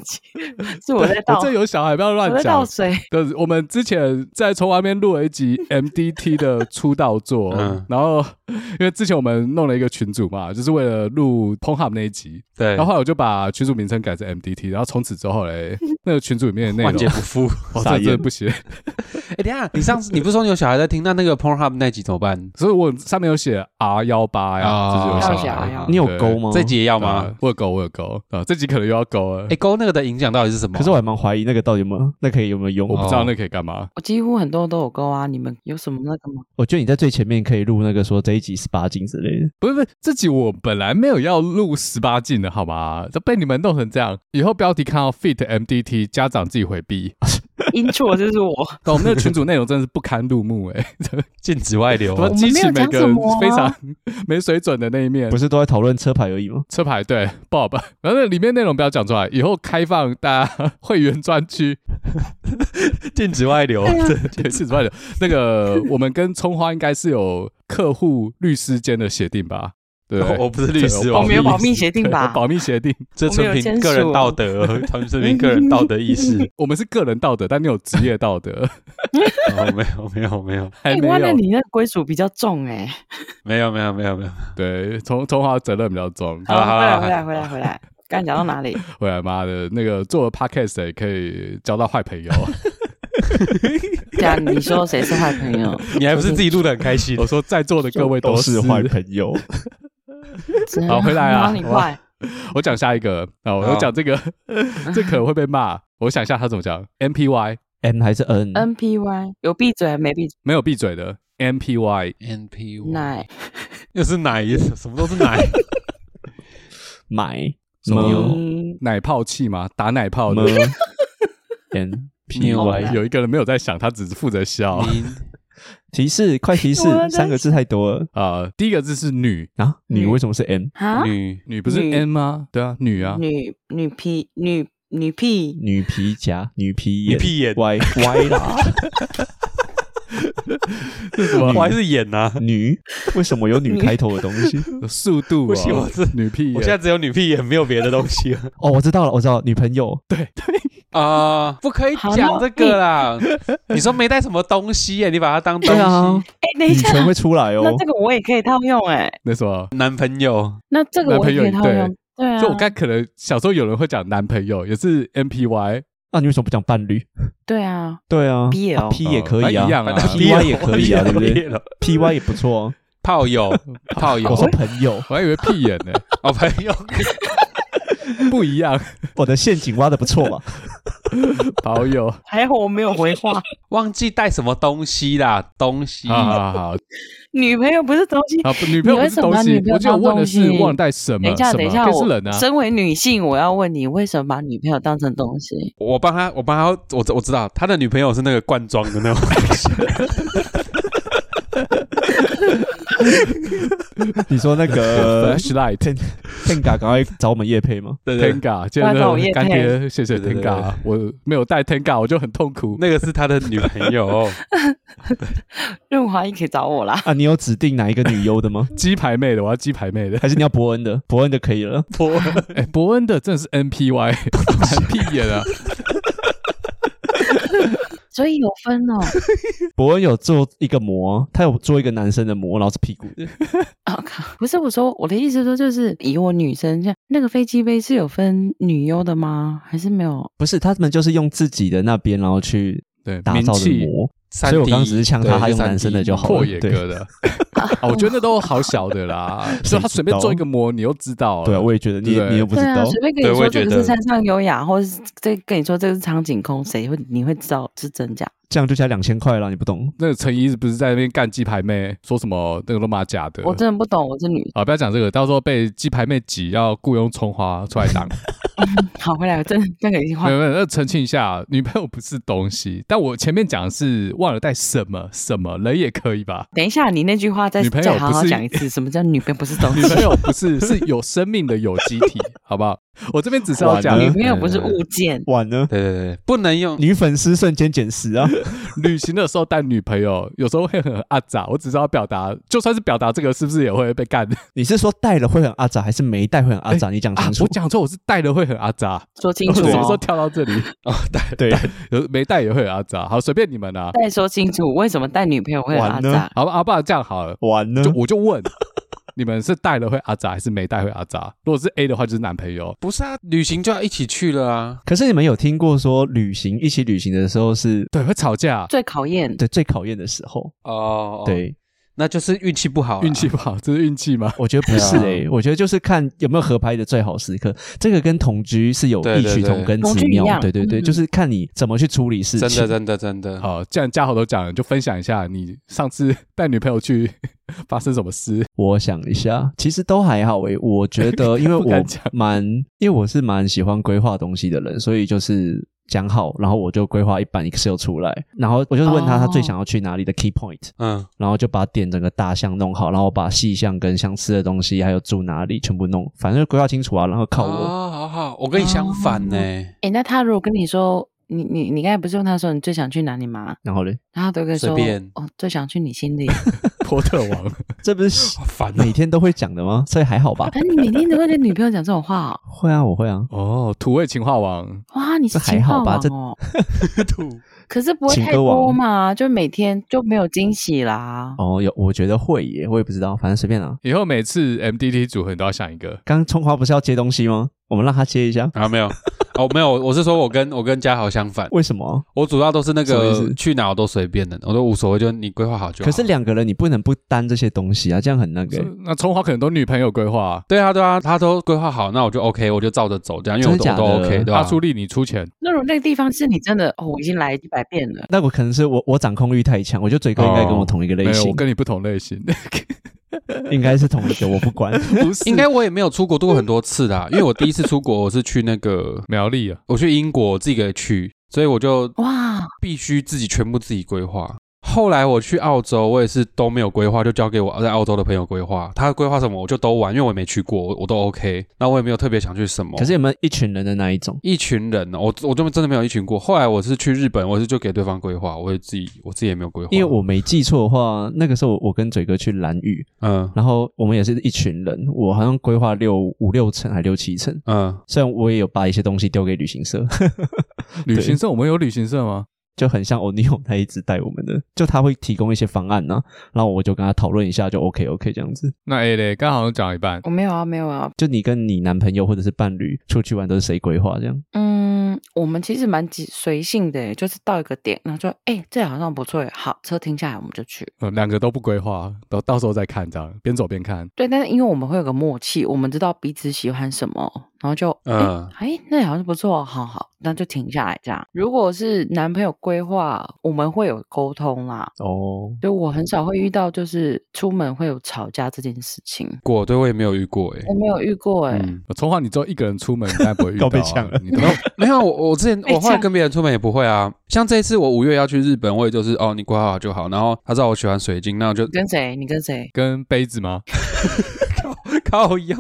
D: 是我在倒，
A: 这有小孩，不要
D: 我
A: 乱
D: 在
A: 讲
D: 倒。水。
A: 就是我们之前在从外面录了一集 MDT 的出道 作，
C: 嗯
A: 然后因为之前我们弄了一个群组嘛，就是为了录 p o n h u b 那一集，
C: 对，
A: 然后后来我就把群组名称改成 MDT，然后从此之后嘞，那个群组里面的内
C: 万劫
A: 容，
C: 不复。
A: 哇，
B: 傻
A: 这
B: 眼
A: 真的不行。
C: 哎，等一下，你上次你不是说你有小孩在听？那那个 Pornhub 那集怎么办？
A: 所以我上面有写 R 幺八呀，就是有
D: 小
A: 小
D: 孩
A: 孩。
D: 啊
B: 你有
A: 对
B: 勾吗？
C: 这集也要吗
A: 啊？我有勾，我有勾啊，这集可能又要勾了
C: 哎，。勾那个的影响到底是什么？啊
B: 可是我还蛮怀疑那个到底有没有，那可以有没有用
A: 我？不知道
C: 哦
A: 那可以干嘛。
D: 我几乎很多都有勾啊，你们有什么那个吗？
B: 我觉得你在最前面可以录那个说这一集十八禁之类的，
A: 不是不是，这集我本来没有要录十八禁的，好吗？都被你们弄成这样，以后标题看到 Fit MDT，家长自己回避。
D: 阴错就是我，
A: 但我们那个群组内容真的是不堪入目、欸，哎，
C: 禁止外流
A: 怎么
D: 我们
A: 激
D: 没
A: 起
D: 有
A: 每
D: 讲
A: 个
D: 什
A: 人
D: 么啊
A: 非常 没水准的那一面
B: 不。是都在讨论车牌而已吗？
A: 车牌对 Bob，然后那里面内容不要讲出来，以后开放大家会员专区，
C: 禁止外流
D: 对啊
A: 对，是之外的。那个我们跟葱花应该是有客户律师间的协定吧？对不对，
C: 我不是律师，
A: 对啊
D: 我
A: 不
D: 们
A: 是
D: 有
A: 律
D: 保
A: 师
D: 密协定
A: 对
D: 吧？
A: 保密协定，
C: 这
D: 我没
C: 纯
D: 有
C: 凭
D: 签
C: 个人
D: 署
C: 道德， 纯纯凭个人道德意识。
A: 我们是个人道德，但你有职业道德，
C: 哦，没有，没有，没有，
A: 还
D: 哎
A: 没
D: 哇，
A: 有
D: 那。你那归属比较重哎、
C: 没有，没有，没有，没有。
A: 对，从从华责任比较重。
C: 好了好了好了
D: 回来回来回来回来，刚才讲到哪里？
A: 回来妈的，那个做了 podcast 的也可以交到坏朋友。
D: 讲啊你说谁是坏朋友？
C: 你还不是自己录的很开心
A: 我？说在座的各位
B: 都
A: 是
B: 是 坏朋 友，
D: 真的
A: 好回来啊
D: 哪里坏？
A: 我讲下一个啊，我
C: 好
A: 我讲这个， 这可能会被骂。我想一下他怎么讲，MPY
B: M 还是 N？
D: N P Y 有闭嘴没闭嘴？
A: 没有闭嘴的 MPY，
C: N P
D: 奶
C: 又是奶，什么都是奶。
B: 买
A: 什么
B: 么
D: 嗯
A: 奶泡器吗？打奶泡的
B: 么。N P
C: 牛
B: Y
A: 有一个人没有在想，他只是负责笑
B: 提示，快提示
D: 我在，
B: 三个字太多了
A: 啊、第一个字是女，
B: 啊！你
D: 嗯
B: 为什么是 M？
D: 哈
C: 女
A: 女不是
D: 女
A: N 吗？对啊，女啊，
D: 女女屁女女屁
B: 女皮夹，女皮
C: 女
B: 眼，
C: 屁眼
B: 歪歪啦，
C: 我还是演啊呐、
B: 女为什么有女开头的东 西？
A: 速度、
C: 不行
A: 啊
C: 我是，
A: 女屁眼，
C: 我现在只有女屁眼，没有别的东西了
B: 哦，我知道了，我知道，女朋友，
C: 啊、不可以
D: 好
C: 讲
D: 那
C: 这个啦。你说没带什么东西耶，你把它当东西。
B: 啊，
D: 哎，等一
B: 女
D: 下，
B: 权会出来哦
D: 那。这个我也可以套用哎，
A: 那什么，
C: 男朋友
D: 那这个我也可以
A: 男
D: 套
A: 朋友
D: 用，对啊
A: 就，我刚可能小时候有人会讲男朋友，也是 MPY，
B: 啊那你为什么不讲伴侣？
D: 对啊，
B: 对啊
D: BL
B: 啊，P 也可以
A: 啊
B: 啊
A: 一样啊
B: ，P Y 也可 以啊，对不对
C: 对？
B: ？P Y 也不错啊。
C: 炮友，炮友
B: 我，说朋友，
A: 我还以为屁眼呢、
C: 哦，朋友，
A: 不一样，
B: 我的陷阱挖的不 错嘛。
A: 好友，
D: 还好我没有 回话。
C: 忘记带什么东西啦，东西。
A: 好好好，
D: 女朋友不是东西。
A: 啊，不女朋友不是东西
D: 你为什么把女朋，友
A: 我就问的
D: 当
A: 是
D: 东西
A: 忘了带什么？
D: 等一下，
A: 什么
D: 等一下，
A: 可以是
D: 我
A: 人啊，
D: 身为女性，我要问你，为什么把女朋友当成东西？
C: 我帮他，我帮他，我知我知道他的女朋友是那个罐装的那种东西，
B: 你说那个
A: flashlight。
B: Ten Tenga 赶快找我们叶配吗？
C: 对 对对
A: Tenga，今天
D: 观众业
A: 的干
D: 配
A: 爹，谢谢
C: 对对对
A: Tenga，我没有带 Tenga，我就很痛苦。
C: 那个是他的女朋友。
D: 润滑液可以找我啦。
B: 啊，你有指定哪一个女优的吗？
A: 鸡排妹的，我要鸡排妹 的。
B: 还是你要伯恩的？伯恩的可以了。
C: 我
A: 哎，伯恩的真的是 NPY，蛮屁眼 啊！
D: 所以有分 哦。
B: 伯恩有做一个模，他有做一个男生的模，然后是屁股的。
D: 啊靠！不是我说，我的意思说就是以我女生像那个飞机杯是有分女优的吗？还是没有？
B: 不是，他们就是用自己的那边，然后去
A: 对，
B: 打
A: 名
B: 造的
A: 气
B: 模。
C: 三
B: 所
C: D，
B: 以我刚只是呛他
C: 对
B: 他用男生的就好了
C: 3D
A: 拓野哥的， 啊，我觉得那都好小的 啦，所以他随便做一个模，你又知道了。
B: 对啊，我也觉得
A: 对
B: 你
A: 不对
B: 你又不知
D: 对啊，
B: 道，
D: 随便跟
C: 对
D: 你
C: 我也
D: 说这
C: 觉
D: 个
C: 得
D: 是山上优雅，或者是这跟你说这个是苍井空，谁会你会知道是真假？
B: 这样就加两千块了，你不懂？
A: 那个陈怡不是在那边干鸡排妹，说什么那个都马假的。
D: 我真的不懂，我是女。
A: 啊，不要讲这个，到时候被鸡排妹挤，要雇佣葱花出来当。
D: 好，回来，我真的真的已经
A: 没
D: 换
A: 有没有，那澄清一下，啊女朋友不是东西。 但我前面讲的是忘了带什么什么人也可以 吧？
D: 等一下，你那句话再
A: 女朋友
D: 再好
A: 不
D: 好
A: 是
D: 讲一次，什么叫女朋友不是东
A: 女
D: 西？
A: 朋友不是是有生命的有机 体，好不好？我这边只是要讲
B: 完
D: 女
B: 了
D: 朋友不是物件，
B: 晚呢，
C: 对对对，不能用
B: 女粉丝瞬间减十啊！
A: 旅行的时候带女朋友，有时候会很阿杂。我只是要表达，就算是表达这个，是不是也会被干？
B: 你是说带了会很阿杂，还是没带会很阿杂？你讲
A: 啊
B: 清，楚
A: 我。讲错，我是带了会很阿杂。
D: 说清
A: 我
D: 楚
A: 什么时候
D: 哦。
A: 跳到这里？
C: 哦，对，
B: 对，
A: 有没带也会很阿杂。好，随便你们啦、啊。
D: 再说清楚，为什么带女朋友会有阿
B: 完了
D: 扎？
A: 好吧，阿爸这样好了，
B: 完呢
A: 就？我就问你们是带了会阿杂，还是没带会阿杂？如果是 A 的话，就是男朋友。
C: 不是啊，旅行就要一起去了啊。
B: 可是你们有听过说旅行一起旅行的时候是
A: 对，会吵架，
D: 最考验
B: 对最考验的时候？
C: 哦，，
B: 对，
C: 那就是运气不好啦，啊
A: 运气不好，这是运气吗？
B: 我觉得不是
C: 对啊
B: 诶、我觉得就是看有没有合拍的最好时刻。这个跟同居是有
C: 对
B: 异
C: 对
B: 曲同工之
D: 同居一
B: 妙，
D: 样
B: 对对对，
D: 嗯
B: 就是看你怎么去处理事情。
C: 真的真的真的。
A: 好，既然嘉豪都讲了，就分享一下你上次带女朋友去发生什么事。
B: 我想一下，其实都还好诶、欸我觉 得因为
A: 不敢
B: 我
A: 讲
B: 蛮，因为我是蛮喜欢规划东西的人，所以就是讲好，然后我就规划一版 Excel 出来，然后我就是问他
D: 哦
B: 他最想要去哪里的 key point，
C: 嗯，
B: 然后就把点整个大项弄好，然后把细项跟想吃的东西还有住哪里全部弄，反正就规划清楚啊，然后靠我。
C: 哦，好好，我跟你相反呢。
D: 诶，那他如果跟你说，你你你刚才不是问他说你最想去哪里吗？
B: 然后嘞，
D: 然后他都可以
C: 随
D: 说
C: 便
D: 哦，最想去你心里。
A: 波特王，
B: 这不是
C: 好烦哦
B: 每天都会讲的吗？所以还好吧
D: 啊，。你每天都会跟女朋友讲这种话哦？
B: 会啊，我会啊。
A: 哦，土味情话王，
D: 哇，你是
B: 这还
D: 情
B: 好
D: 报
B: 吧
D: 网
B: 这
D: 哦，
C: 吐
D: 可是不会
B: 情
D: 太
B: 歌网
D: 多嘛，就每天就没有惊喜啦。
B: 哦，有，我觉得会耶，我也不知道，反正随便啊。
A: 以后每次 MDT 组合你都要想一个。
B: 刚刚葱花不是要接东西吗？我们让他接一下。
C: 啊，没有，哦，没有，我是说我跟我跟嘉豪相反，
B: 为什么？
C: 我主要都是那
B: 什么意
C: 个
B: 思
C: 去哪我都随便的，我都无所谓，就你规划
A: 啊
C: 好就好。
B: 可是两个人你不能不担这些东西啊，这样很那个耶。
A: 那葱花可能都女朋友规划，
C: 对啊，对啊，他都规划好，那我就 OK，我就照着走，这样，因为我都
B: 真
C: 我
B: 的假
C: 都
B: 的啊
C: OK，对吧、啊
A: 阿朱莉你出钱，
D: 那种那个地方是你真的哦，我已经来一百遍了。
B: 那我可能是我我掌控欲太强，我觉得嘴哥应该跟我同一个
A: 没
B: 类
A: 有，
B: 型
A: 我，跟你不同类型，
B: 应该是同一个，我不 管。
A: 不是
C: 应该我也没有出国度过很多 次啦，因为我第一次出国我是去那个，
A: 苗栗啊，
C: 我去英国我自己一个人去，所以我就
D: 哇，
C: 必须自己全部自己规划。后来我去澳洲，我也是都没有规划，就交给我在澳洲的朋友规划。他规划什么我就都玩，因为我也没去过，我我都 OK。那我也没有特别想去什么。
B: 可是有没有一群人的那一种？
C: 一群人哦，我我就真的没有一群过。后来我是去日本，我是就给对方规划，我也自己我自己也没有
A: 哦
C: 规划，
B: 因为我没记错的话，那个时候我跟嘴哥去蓝屿，
C: 嗯
B: 然后我们也是一群人，我好像规划六五六层还六七层，
C: 嗯
B: 虽然我也有把一些东西丢给旅行社，
A: 旅行社我们有旅行社吗？
B: 就很像欧尼欧他一直带我们的，就他会提供一些方案呢、然后我就跟他讨论一下，就 OK OK 这样子。
A: 那 A 嘞，刚好像讲一半，
D: 我没有啊，没有啊。
B: 就你跟你男朋友或者是伴侣出去玩都是谁规划这样？
D: 嗯，我们其实蛮随随性的耶，就是到一个点，然后就哎、这好像不错耶，好，车停下来我们就去。
A: 呃两个都不规划，到到时候再看这样，边走边看。
D: 对，但是因为我们会有个默契，我们知道彼此喜欢什么，然后就
C: 嗯
D: 嗯，哎、那好像不错，好好，那就停下来这样。如果是男朋友规划，我们会有沟通啦。
B: 哦，
D: 就我很少会遇到，就是出门会有吵架这件事情，
C: 过，对我也没有遇过哎、
B: 哦
D: 我没有遇过哎、
C: 嗯，
A: 呃葱花，你只有一个人出门，你当然不会遇到、啊。
B: 够被呛了
A: 你都
C: 没有，我我之前
D: 被
C: 我后来
D: 呛
C: 跟别人出门也不会啊。像这一次我五月要去日本，我也就是哦，你规划好就好。然后他知道我喜欢水晶，那我就
D: 你跟谁？你跟谁？
A: 跟杯子吗？
C: 靠腰。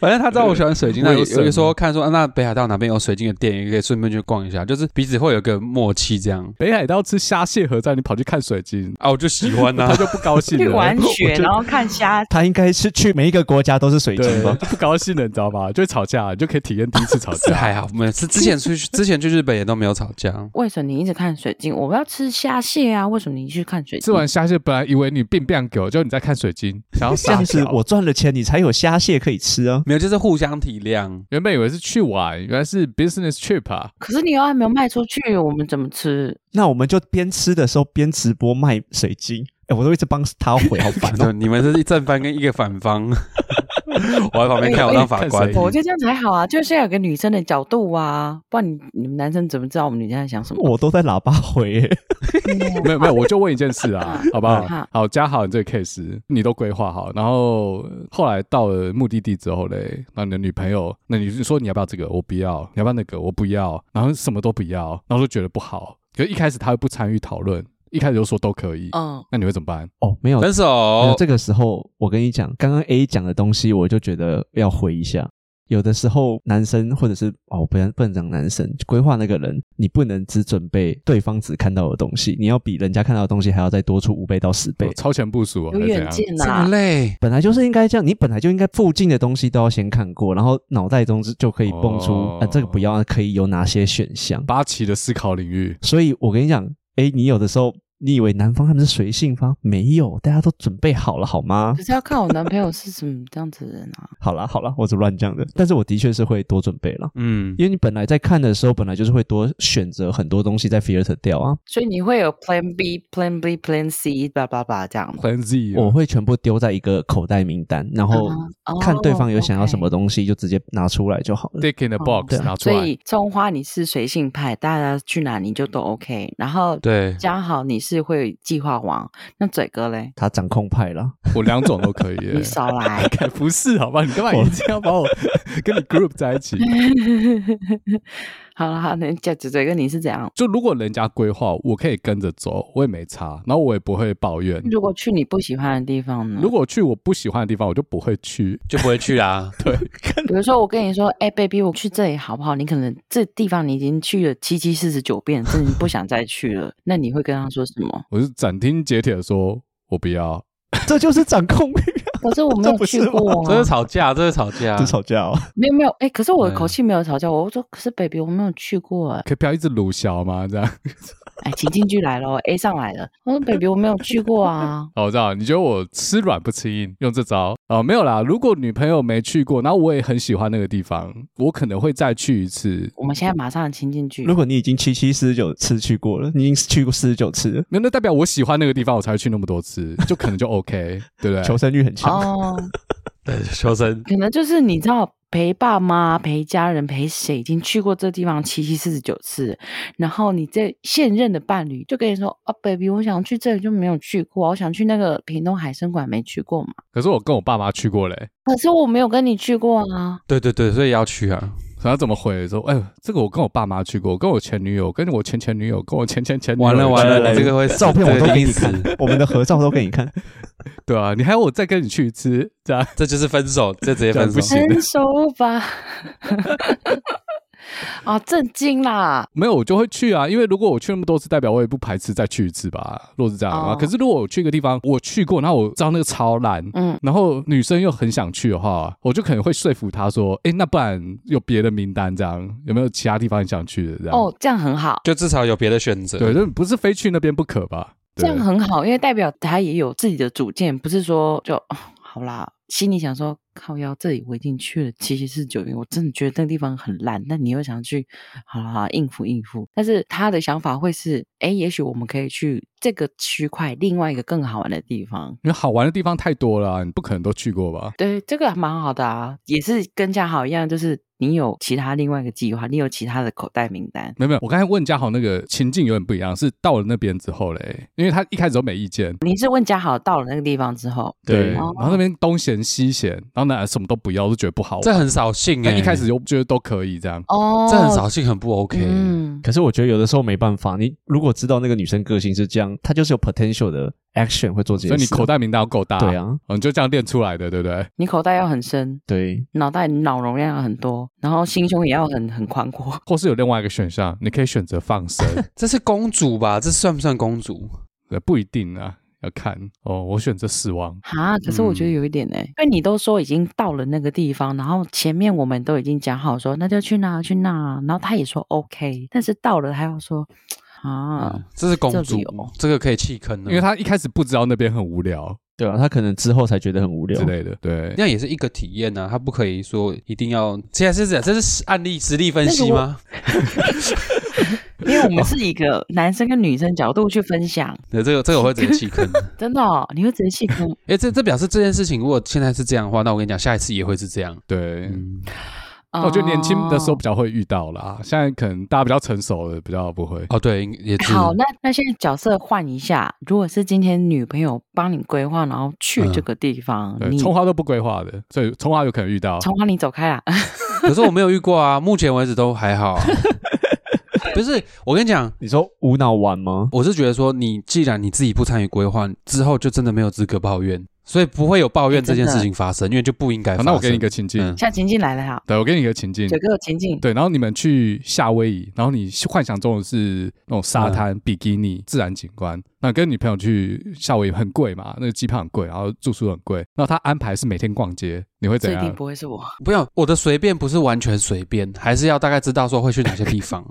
C: 反正他知道我喜欢水晶，那
A: 为
C: 有
A: 什么
C: 有时候看说、啊那北海道哪边有水晶的店，也可以顺便去逛一下，就是彼此会有个默契这样。
A: 北海道吃虾蟹合战，你跑去看水晶，
C: 啊，我就喜欢呐、
A: 他就不高兴了。
D: 去玩雪，
B: 我就
D: 然后看虾。
B: 他应该是去每一个国家都是水
A: 对
B: 晶吧，？
A: 就不高兴了，你知道吗？就会吵架，你就可以体验第一次吵
C: 这
A: 架。
C: 还好，没有是之前出去，之前去日本也都没有吵架。
D: 为什么你一直看水晶？我要吃虾蟹啊！为什么你去看水晶？
A: 吃完虾蟹，本来以为你病变狗，就你在看水晶，然后
B: 这样子我赚了钱，你才有虾蟹可以吃吃啊。
C: 没有，就是互相体谅。
A: 原本以为是去玩，原来是 business trip 啊。
D: 可是你又还没有卖出去，我们怎么吃？
B: 那我们就边吃的时候边直播卖水晶。哎、我都一直帮他回，好烦
C: 反
B: 哦。
C: 正你们是一正方跟一个反方， 我在旁边看，我当法官
A: 哎。
D: 我觉得这样才好啊，就是要有个女生的角度啊，不然你你们男生怎么知道我们女生在想什么？
B: 我都在喇叭回欸耶，
A: 没有没有，我就问一件事啊，好不好
D: 嗯好？
A: 好，加好你这个 case，你都规划好，然后后来到了目的地之后嘞，那你的女朋友，那你你说你要不要这个？我不要，你要不要那个？我不要，然后什么都不要，然后就觉得不好。可是一开始她又不参与讨论，一开始就说都可以，
D: 嗯，
A: 那你会怎么办？
B: 哦，没有，没
C: 分
B: 有
C: 手，
B: 这个时候，我跟你讲，刚刚 A 讲的东西，我就觉得要回一下。有的时候，男生或者是哦，不然不能讲男生，规划那个人，你不能只准备对方只看到的东西，你要比人家看到的东西还要再多出五倍到十倍
A: 哦。超前部署啊，
D: 有
A: 还是怎
D: 远
A: 样？
D: 见
C: 这
D: 呐、
C: 么累，
B: 本来就是应该这样，你本来就应该附近的东西都要先看过，然后脑袋中就可以蹦出，
A: 哦
B: 啊，这个不要，可以有哪些选项。
A: 八旗的思考领域，
B: 所以我跟你讲，哎，你有的时候，你以为男方他们是随性方，没有，大家都准备好了，好吗
D: 可？是要看我男朋友是什么这样子的人啊。
B: 好啦，好啦，我只乱讲的，但是我的确是会多准备了。
C: 嗯，
B: 因为你本来在看的时候，本来就是会多选择很多东西在 filter 掉啊，
D: 所以你会有 Plan B、Plan B、Plan C，叭叭叭这样。
A: Plan Z，啊
B: 我会全部丢在一个口袋名单，然后
D: 哦
B: 看对方有想要什么
D: OK
B: 东西就直接拿出来就好了。
A: Dick in the
D: 哦
A: box
B: 对啊
A: 拿出
D: 所
A: 来
D: 以，葱花你是随性派，大家去哪你就都 OK。然后
C: 对
D: 嘉豪你是会计划王，那嘴哥嘞，
B: 他掌控派啦，
A: 我两种都可以耶。
D: 你少来。
A: 哎 不是，好吧？你干嘛一定要把我 跟你 group 在一起？
D: 好了好，那叫嘴嘴哥你是怎样？
A: 就如果人家规划，我可以跟着走，我也没差，然后我也不会抱怨。
D: 如果去你不喜欢的地方呢？
A: 如果去我不喜欢的地方，我就不会去。
C: 就不会去啊 啦。
D: 比如说我跟你说，哎、b a b y 我去这里好不好？你可能这地方你已经去了七七四十九遍，真的不想再去 了，那你会跟他说什么？
A: 我是斩钉截铁的说，我不要。
B: 这就是掌控欲啊，
D: 可是我没
B: 这
D: 有
B: 不
D: 去
B: 是吗
D: 过、
C: 这
D: 啊
C: 是，吵架，这是吵架
B: 这。吵架哦。
D: 没有没有，哎、可是我的
C: 对啊
D: 口气没有吵架，我说可是 baby 我没有去过、哎
A: 可以不要一直鲁小吗？这样，
D: 哎，情境剧来了，A 上来了。我说 baby，我没有去过啊。
A: 好，哦我知道。你觉得我吃软不吃硬，用这招啊、哦没有啦。如果女朋友没去过，然后我也很喜欢那个地方，我可能会再去一次。
D: 我们现在马上情境剧
B: 如，果你已经七七四十九次去过了，你已经去过四十九次了，
A: 没有，那代表我喜欢那个地方，我才会去那么多次，就可能就 OK，对不
B: 求
A: 对？
B: 生欲很强。
D: 哦，
C: 对，求生，
D: 可能就是你知道陪爸妈、陪家人、陪谁，已经去过这地方七七四十九次，然后你这现任的伴侣就跟你说啊，baby，我想去这里就没有去过，我想去那个屏东海参馆没去过嘛，
A: 可是我跟我爸妈去过嘞，
D: 可是我没有跟你去过啊。
C: 对对对，所以要去啊。
A: 然后怎么回说？哎呦，这个我跟我爸妈去过，我跟我前女友，跟我前前女友，跟我前前前女友
C: 完了
A: 去
C: 完
A: 过
C: 了，
B: 来
C: 你这个会死
B: 照片我
C: 这
B: 都
C: 个一
B: 给
C: 定
B: 你看
C: 死，
B: 我们的合照都给你看。
A: 对啊，你还要我再跟你去一次，这样
C: 这就是分手，这直接分
A: 对不
C: 手
A: 行。
D: 分手吧。 啊，震惊啦！
A: 没有我就会去啊，因为如果我去那么多次，代表我也不排斥再去一次吧。若是这样啊，
D: 哦
A: 可是如果我去一个地方，我去过，然后我知道那个超烂，
D: 嗯
A: 然后女生又很想去的话，我就可能会说服她说，哎，那不然有别的名单，这样有没有其他地方你想去的？这
B: 啊
A: 样，
D: 哦，这样很好。
C: 就至少有别的选择。
A: 对，就不是非去那边不可吧？
D: 这样
A: 对
D: 很好，因为代表他也有自己的主见，不是说就 哦好啦，心里想说靠腰，这里我已经去了七七四九遍，我真的觉得那个地方很烂，但你又想去，好啦好啦，应付应付。但是他的想法会是，哎，也许我们可以去这个区块另外一个更好玩的地方。
A: 因为好玩的地方太多了啊、你不可能都去过吧？
D: 对，这个还蛮好的啊，也是跟嘉豪一样，就是你有其他另外一个计划，你有其他的口袋名单。
A: 没有没有，我刚才问嘉豪那个情境有点不一样，是到了那边之后嘞，因为他一开始都没意见，
D: 你是问嘉豪到了那个地方之后，
B: 对
A: 然
D: 哦
A: 后那边东嫌西嫌，然后呢什么都不要，就觉得不好玩。
C: 这很扫兴哎、
A: 但一开始就觉得都可以这样，
D: 哦，
C: 这很扫兴，很不 OK。
D: 嗯，
B: 可是我觉得有的时候没办法，你如果知道那个女生个性是这样，她就是有 potential 的 action 会做这些
A: 所以
B: 事。啊
A: 你口袋名单要够大，
B: 对，啊，
A: 哦，你就这样练出来的，对不对？
D: 你口袋要很深。
B: 对，
D: 脑袋脑容量要很多，然后心胸也要很很宽阔。
A: 或是有另外一个选项，你可以选择放生，
C: 这是公主吧？这算不算公主？
A: 呃不一定啊，要看哦。我选择死亡，
D: 哈，可是我觉得
C: 嗯
D: 有一点呢、因为你都说已经到了那个地方，然后前面我们都已经讲好说那就去那去那，然后他也说 OK，但是到了他又说啊，
C: 这是公
D: 这
C: 主
D: 里有，
C: 这个可以弃坑的，啊
A: 因为他一开始不知道那边很无聊，
B: 对吧、他可能之后才觉得很无聊
A: 之。类的。对，
C: 那也是一个体验呐、啊，他不可以说一定要。现在是这样，这是案例实例分析吗？
D: 因为我们是以一个男生跟女生角度去分 享，
C: 对，这个这个我会直接弃坑。
D: 真的、哦，你会直接气 哭。
C: 哎，这这表示这件事情，如果现在是这样的话，那我跟你讲，下一次也会是这样。
A: 对，
C: 嗯，
A: 那我觉得年轻的时候
D: 哦
A: 比较会遇到啦，现在可能大家比较成熟了，比较不会。
C: 哦，对，应也是。
D: 好，那那现在角色换一下，如果是今天女朋友帮你规划，然后去这
C: 嗯
D: 个地方，
A: 对，
D: 啊你
A: 葱花都不规划的，所以葱花有可能遇到。
D: 从哪里走开啊？
C: 可是我没有遇过啊，目前为止都还好啊、 不是，我跟你讲，
B: 你说无脑玩吗？
C: 我是觉得说，你既然你自己不参与规划，之后就真的没有资格抱怨，所以不会有抱怨
D: 哎
C: 这
D: 真的
C: 件事情发生，因为就不应该
A: 好
C: 发生。
A: 那我给你一个情境
C: 嗯，
D: 现在情境来了哈，
A: 对我给你一个情境
D: 九，个情境，
A: 对，然后你们去夏威夷，然后你幻想中的是那种沙滩、比基尼、自然景观。那跟女朋友去夏威夷很贵嘛，那个机票很贵，然后住宿很贵。那他安排是每天逛街，你会
D: 这
A: 怎
D: 一定
A: 样？
D: 不会是我。
C: 不要我的随便不是完全随便，还是要大概知道说会去哪些地方。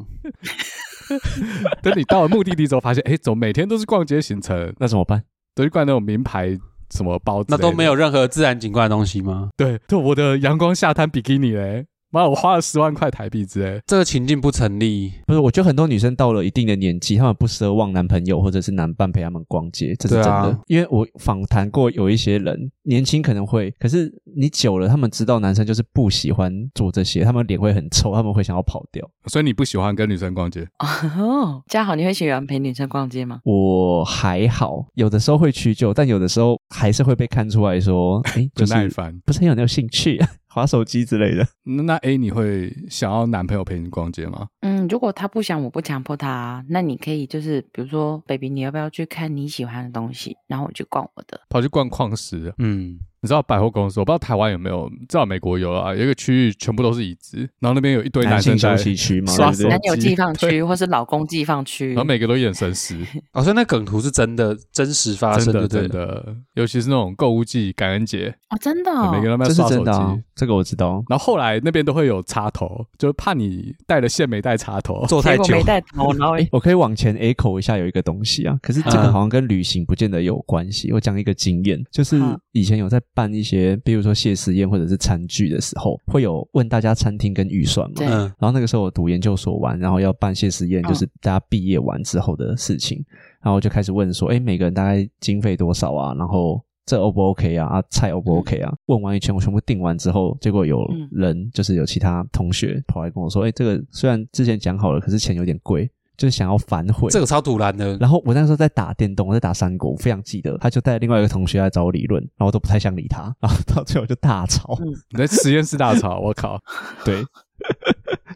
A: 等你到了目的地之后，发现哎，诶怎么每天都是逛街行程？
B: 那怎么办？
A: 都去逛那种名牌什么包之
C: 那
A: 类的，
C: 都没有任何自然景观的东西吗？
A: 对，对，我的阳光沙滩比基尼嘞，妈，我花了十万块台币之类。
C: 这个情境不成立。
B: 不是，我觉得很多女生到了一定的年纪，她们不奢望男朋友或者是男伴陪她们逛街，这是真的。
C: 对啊
B: 因为我访谈过有一些人，年轻可能会，可是你久了，他们知道男生就是不喜欢做这些，他们脸会很臭，他们会想要跑掉。
A: 所以你不喜欢跟女生逛街？
D: 哦，嘉豪，你会喜欢陪女生逛街吗？
B: 我还好，有的时候会屈就，但有的时候还是会被看出来说，哎，
A: 不
B: 就
A: 耐
B: 是
A: 烦。
B: 不是很有那个兴趣， 划手机之类的。
A: 那那 A 你会想要男朋友陪你逛街吗？
D: 嗯，如果他不想，我不强迫他、啊，那你可以就是比如说，baby，你要不要去看你喜欢的东西，然后我去逛我的。
A: 跑去逛矿石，
C: 嗯，
A: 你知道百货公司，我不知道台湾有没有，至少美国有啊，有一个区域全部都是椅子，然后那边有一堆
B: 男
A: 生
B: 性
A: 在
B: 休，息区嘛，
A: 刷
B: 对不对
A: 手
D: 男友
A: 机
D: 寄放
A: 对
D: 区或是老公寄放区
A: 然后，每个都眼神死，
C: 哦，所以那梗图是真的，真实发
A: 真
C: 生就
A: 的
C: 对
A: 真
C: 了。
A: 的，尤其是那种购物季、感恩节，
D: 哦，真的、
A: 每
D: 哦
A: 个，人都在
B: 这是
A: 刷手
B: 真的、啊
A: 机。，
B: 这个我知道。
A: 然后后来那边都会有插头，就是怕你带了线没带插头，
C: 做太
D: 结果
C: 久
D: 没，带头，然后
B: 哎，我可以往前 echo 一下，有一个东西啊，可是这个
C: 嗯
B: 好像跟旅行不见得有关系。我讲一个经验，就是
D: 好
B: 以前有在办一些，比如说谢师宴或者是餐具的时候，会有问大家餐厅跟预算嘛。
D: 对
C: 嗯，
B: 然后那个时候我读研究所完，然后要办谢师宴，
D: 嗯
B: 就是大家毕业完之后的事情。然后我就开始问说，哎，每个人大概经费多少啊？然后这 O 不 OK 啊？啊，菜 O 不 OK 啊？问完一圈，我全部定完之后，结果有
D: 嗯
B: 人就是有其他同学跑来跟我说，哎，这个虽然之前讲好了，可是钱有点贵，就是想要反悔。
C: 这个超突然的。
B: 然后我那时候在打电动，我在打三国，我非常记得，他就带另外一个同学来找我理论，然后我都不太想理他，然后到最后就大吵。
A: 你在实验室大吵，我靠！
B: 对，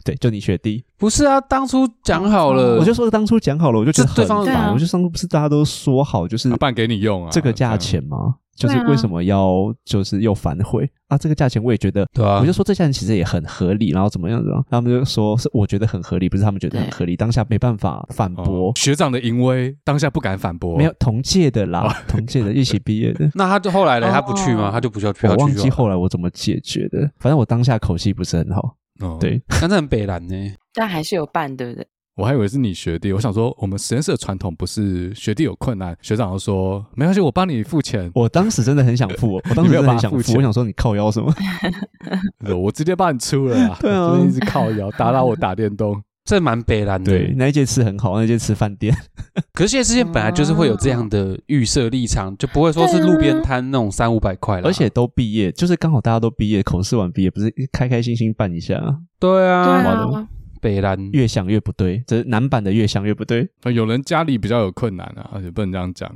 B: 对，就你学弟，
C: 不是啊，当初讲好了，
B: 哦我就说当初讲好了，我就觉得
C: 这呃对
B: 很
C: 方
B: 烦，
D: 对啊
B: 我就上次不是大家都说好就是
A: 啊不然给你用啊
B: 这个价钱吗？就
D: 对啊
B: 是为什么要就是又反悔啊？这个价钱我也觉得。
C: 对啊，
B: 我就说这价钱其实也很合理，然后怎么样怎么样，他们就说是我觉得很合理，不是他们觉得很
D: 对
B: 合理，当下没办法反
A: 哦
B: 驳，
A: 学长的淫威，当下不敢反驳，
B: 没有同届的啦，同届的一起毕业的，
C: 那他就后来呢？
D: 哦
C: 他不去吗？他就不要 不
B: 我
C: 要
B: 忘
C: 去就
B: 记
C: 好了。
B: 后来我怎么解决的，反正我当下口气不是很好。
A: 哦
B: 对，
C: 但是很北蓝呢。
D: 但还是有伴，对不对？
A: 我还以为是你学弟，我想说我们实验室的传统不是学弟有困难，学长就说没关系，我帮你付钱，
B: 我当时真的很想付，我当时真的很想
A: 你没有把它付
B: 付，
A: 钱
B: 我想说你靠腰什么？
A: 我我直接帮你出了啊，
B: 对啊
A: 我这边一直靠腰打打我打电动，
C: 这蛮北蓝的，
B: 对，那一届吃很好，那一届吃饭店，
C: 可是现在事件本来就是会有这样的预设立场，就不会说是路边摊那种三五百块了。
B: 而且都毕业，就是刚好大家都毕业，口试完毕业，不是开开心心办一下，
C: 对
D: 对
C: 啊，
D: 啊，
C: 北蓝
B: 越想越不对，这是男版的越想越不对。
A: 呃有人家里比较有困难啊，而且不能这样讲，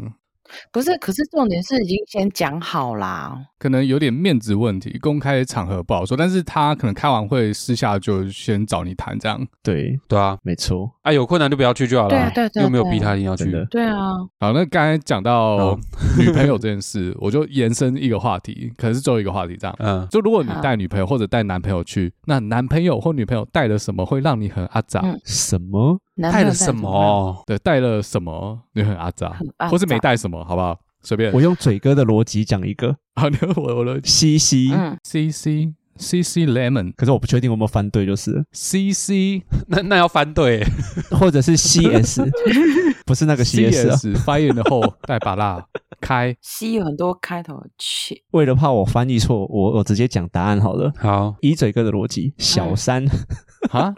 D: 不是，可是重点是已经先讲好啦。
A: 可能有点面子问题，公开场合不好说，但是他可能开完会私下就先找你谈这样，
B: 对，
C: 对啊，
B: 没错，
C: 啊有困难就不要去就好了。
D: 对啊对啊对啊
C: 又没有
D: 对啊
C: 逼他一定要
B: 真
C: 去。
B: 的
D: 对啊，
A: 好，那刚才讲到
B: 哦
C: 好
A: 女朋友这件事，我就延伸一个话题，可能是最后一个话题这样。
C: 嗯，
A: 就如果你
D: 好
A: 带女朋友或者带男朋友去，那男朋友或女朋友带了什么会让你很阿杂？
D: 嗯
B: 什么？
D: 男朋
C: 带
D: 友
C: 了
D: 带
C: 什？么？
A: 对，带了什么你很阿杂
D: 很，阿
A: 或是没
D: 杂
A: 带什么，好不好？随便。
B: 我用嘴哥的逻辑讲一个，
A: 啊，你 我我的
B: 嘻嘻。
D: 嗯，
A: C C C C lemon
B: 可是我不确定我有没有翻对，就是
A: C C
C: 那那要翻对，
B: 或者是 CS，不是那个
A: C
B: CS，啊
A: S 发言的后带把辣，开
D: 西有很多开头的切，
B: 为了怕我翻译错，我我直接讲答案好了。
C: 好
B: 依嘴哥的逻辑，小三、
A: 啊？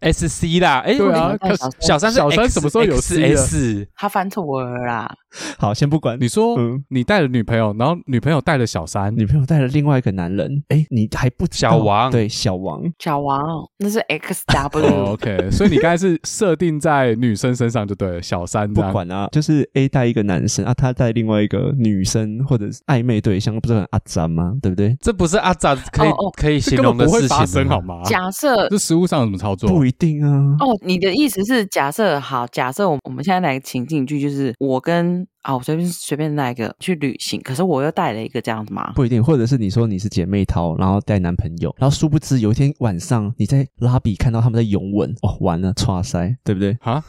C: ，S C 啦，哎，
A: 对啊，
D: 我
A: 可
D: 看
A: 是
C: 小
D: 小
C: 三是
A: 小三什么时候有啊
C: S
A: C 了
C: S？
D: 他翻错了啦。
B: 好，先不管
A: 你说
B: 嗯
A: 你带了女朋友，然后女朋友带了小三，
B: 女朋友带了另外一个男人，哎，你还不知道
C: 小王
B: 对小王，
D: 小王，那是 X
A: 哦
D: W，
A: OK，所以你刚才是设定在女生身上就对了，小三这
B: 不
A: 样。
B: 管啊，就是 A 带一个男生啊，他带另外一个女生或者是暧昧对象，不是很阿杂吗？对不对？
C: 这不是阿展可以
D: 哦哦
C: 可以
A: 这
C: 形
A: 根
C: 容
A: 本不
C: 的
A: 会
C: 事
A: 发
C: 情
A: 生
C: 吗
A: 好？
B: 啊
A: 吗？
D: 假设
A: 这实物上有什么操作？
B: 不一定啊。
D: 哦，你的意思是假设好，假设我我们现在来情境剧，就是我跟啊，我随便随便来一个去旅行，可是我又带了一个这样子吗？
B: 不一定，或者是你说你是姐妹淘，然后带男朋友，然后殊不知有一天晚上你在拉比看到他们在拥吻，哦，完了，唰塞，对不对？
A: 啊，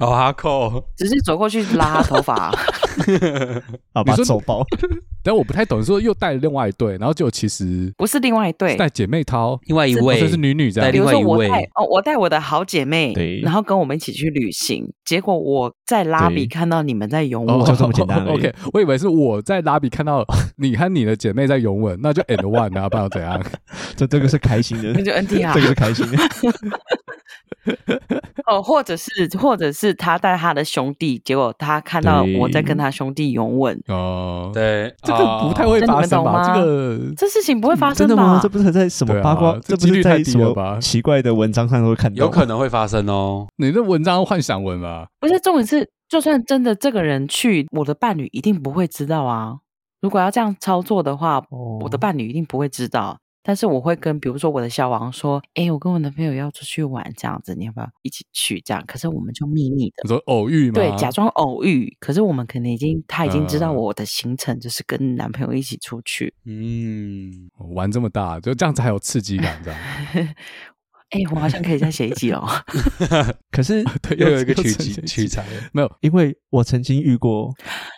C: 哦，哈扣，
D: 只是走过去拉他 头发，
B: 啊，
A: 你
B: 把
A: 说
B: 手包，
A: 但我不太懂，说又带了另外一对，然后就其实
D: 不是另外一对
A: 是。带姐妹掏，
C: 另外一
A: 或者
C: 位
A: 哦是女女这
C: 带
A: 样
D: 比
C: 另。
D: 如
C: 外
D: 说
C: 一
D: 我
C: 位
D: 带哦，我带我的好姐妹
B: 对，
D: 然后跟我们一起去旅行，结果我在拉
B: 对
D: 比看到你们在拥
A: 哦
D: 我，
B: 就这么简单而已
A: OK，我以为是我在拉比看到你和你的姐妹在拥吻，那就 and one 啊，不然怎样？
B: 这这个是开心的，
D: 那就 NTR
B: 这个是开心 的，
D: 哦，或者是或者是他带他的兄弟，结果他看到
B: 对
D: 我在跟他兄弟拥吻，
A: 哦，
C: 对，啊
A: 这个不太会发生
B: 哦
A: 吧？
D: 那你
A: 这
D: 们
A: 个
D: 这事情不会发
B: 嗯真
D: 生
B: 的吗
D: 吧？？
B: 这不是在什么
A: 对啊
B: 八卦，
A: 这
B: 不是
A: 几率太
B: 在
A: 低
B: 什
A: 了吧
B: 么奇怪的文章上都会看到，
C: 有可能会发生哦。
A: 你的文章幻想文吧？
D: 不是重点是，就算真的这个人去，我的伴侣一定不会知道啊。如果要这样操作的话，
B: 哦
D: 我的伴侣一定不会知道。但是我会跟，比如说我的小王说：“哎，我跟我男朋友要出去玩，这样子，你要不要一起去？”这样，可是我们就秘密的
A: 你，说偶遇吗？
D: 对，假装偶遇。可是我们可能已经，他已经知道
A: 嗯
D: 我的行程就是跟男朋友一起出去。
C: 嗯，
A: 哦玩这么大，就这样才有刺激感， 这样。
D: 哎，我好像可以再写一集哦。
B: 可是
A: 对，
C: 又 有一个取
A: 刺激
C: 取材，
A: 没有
B: 因为我曾经遇 过，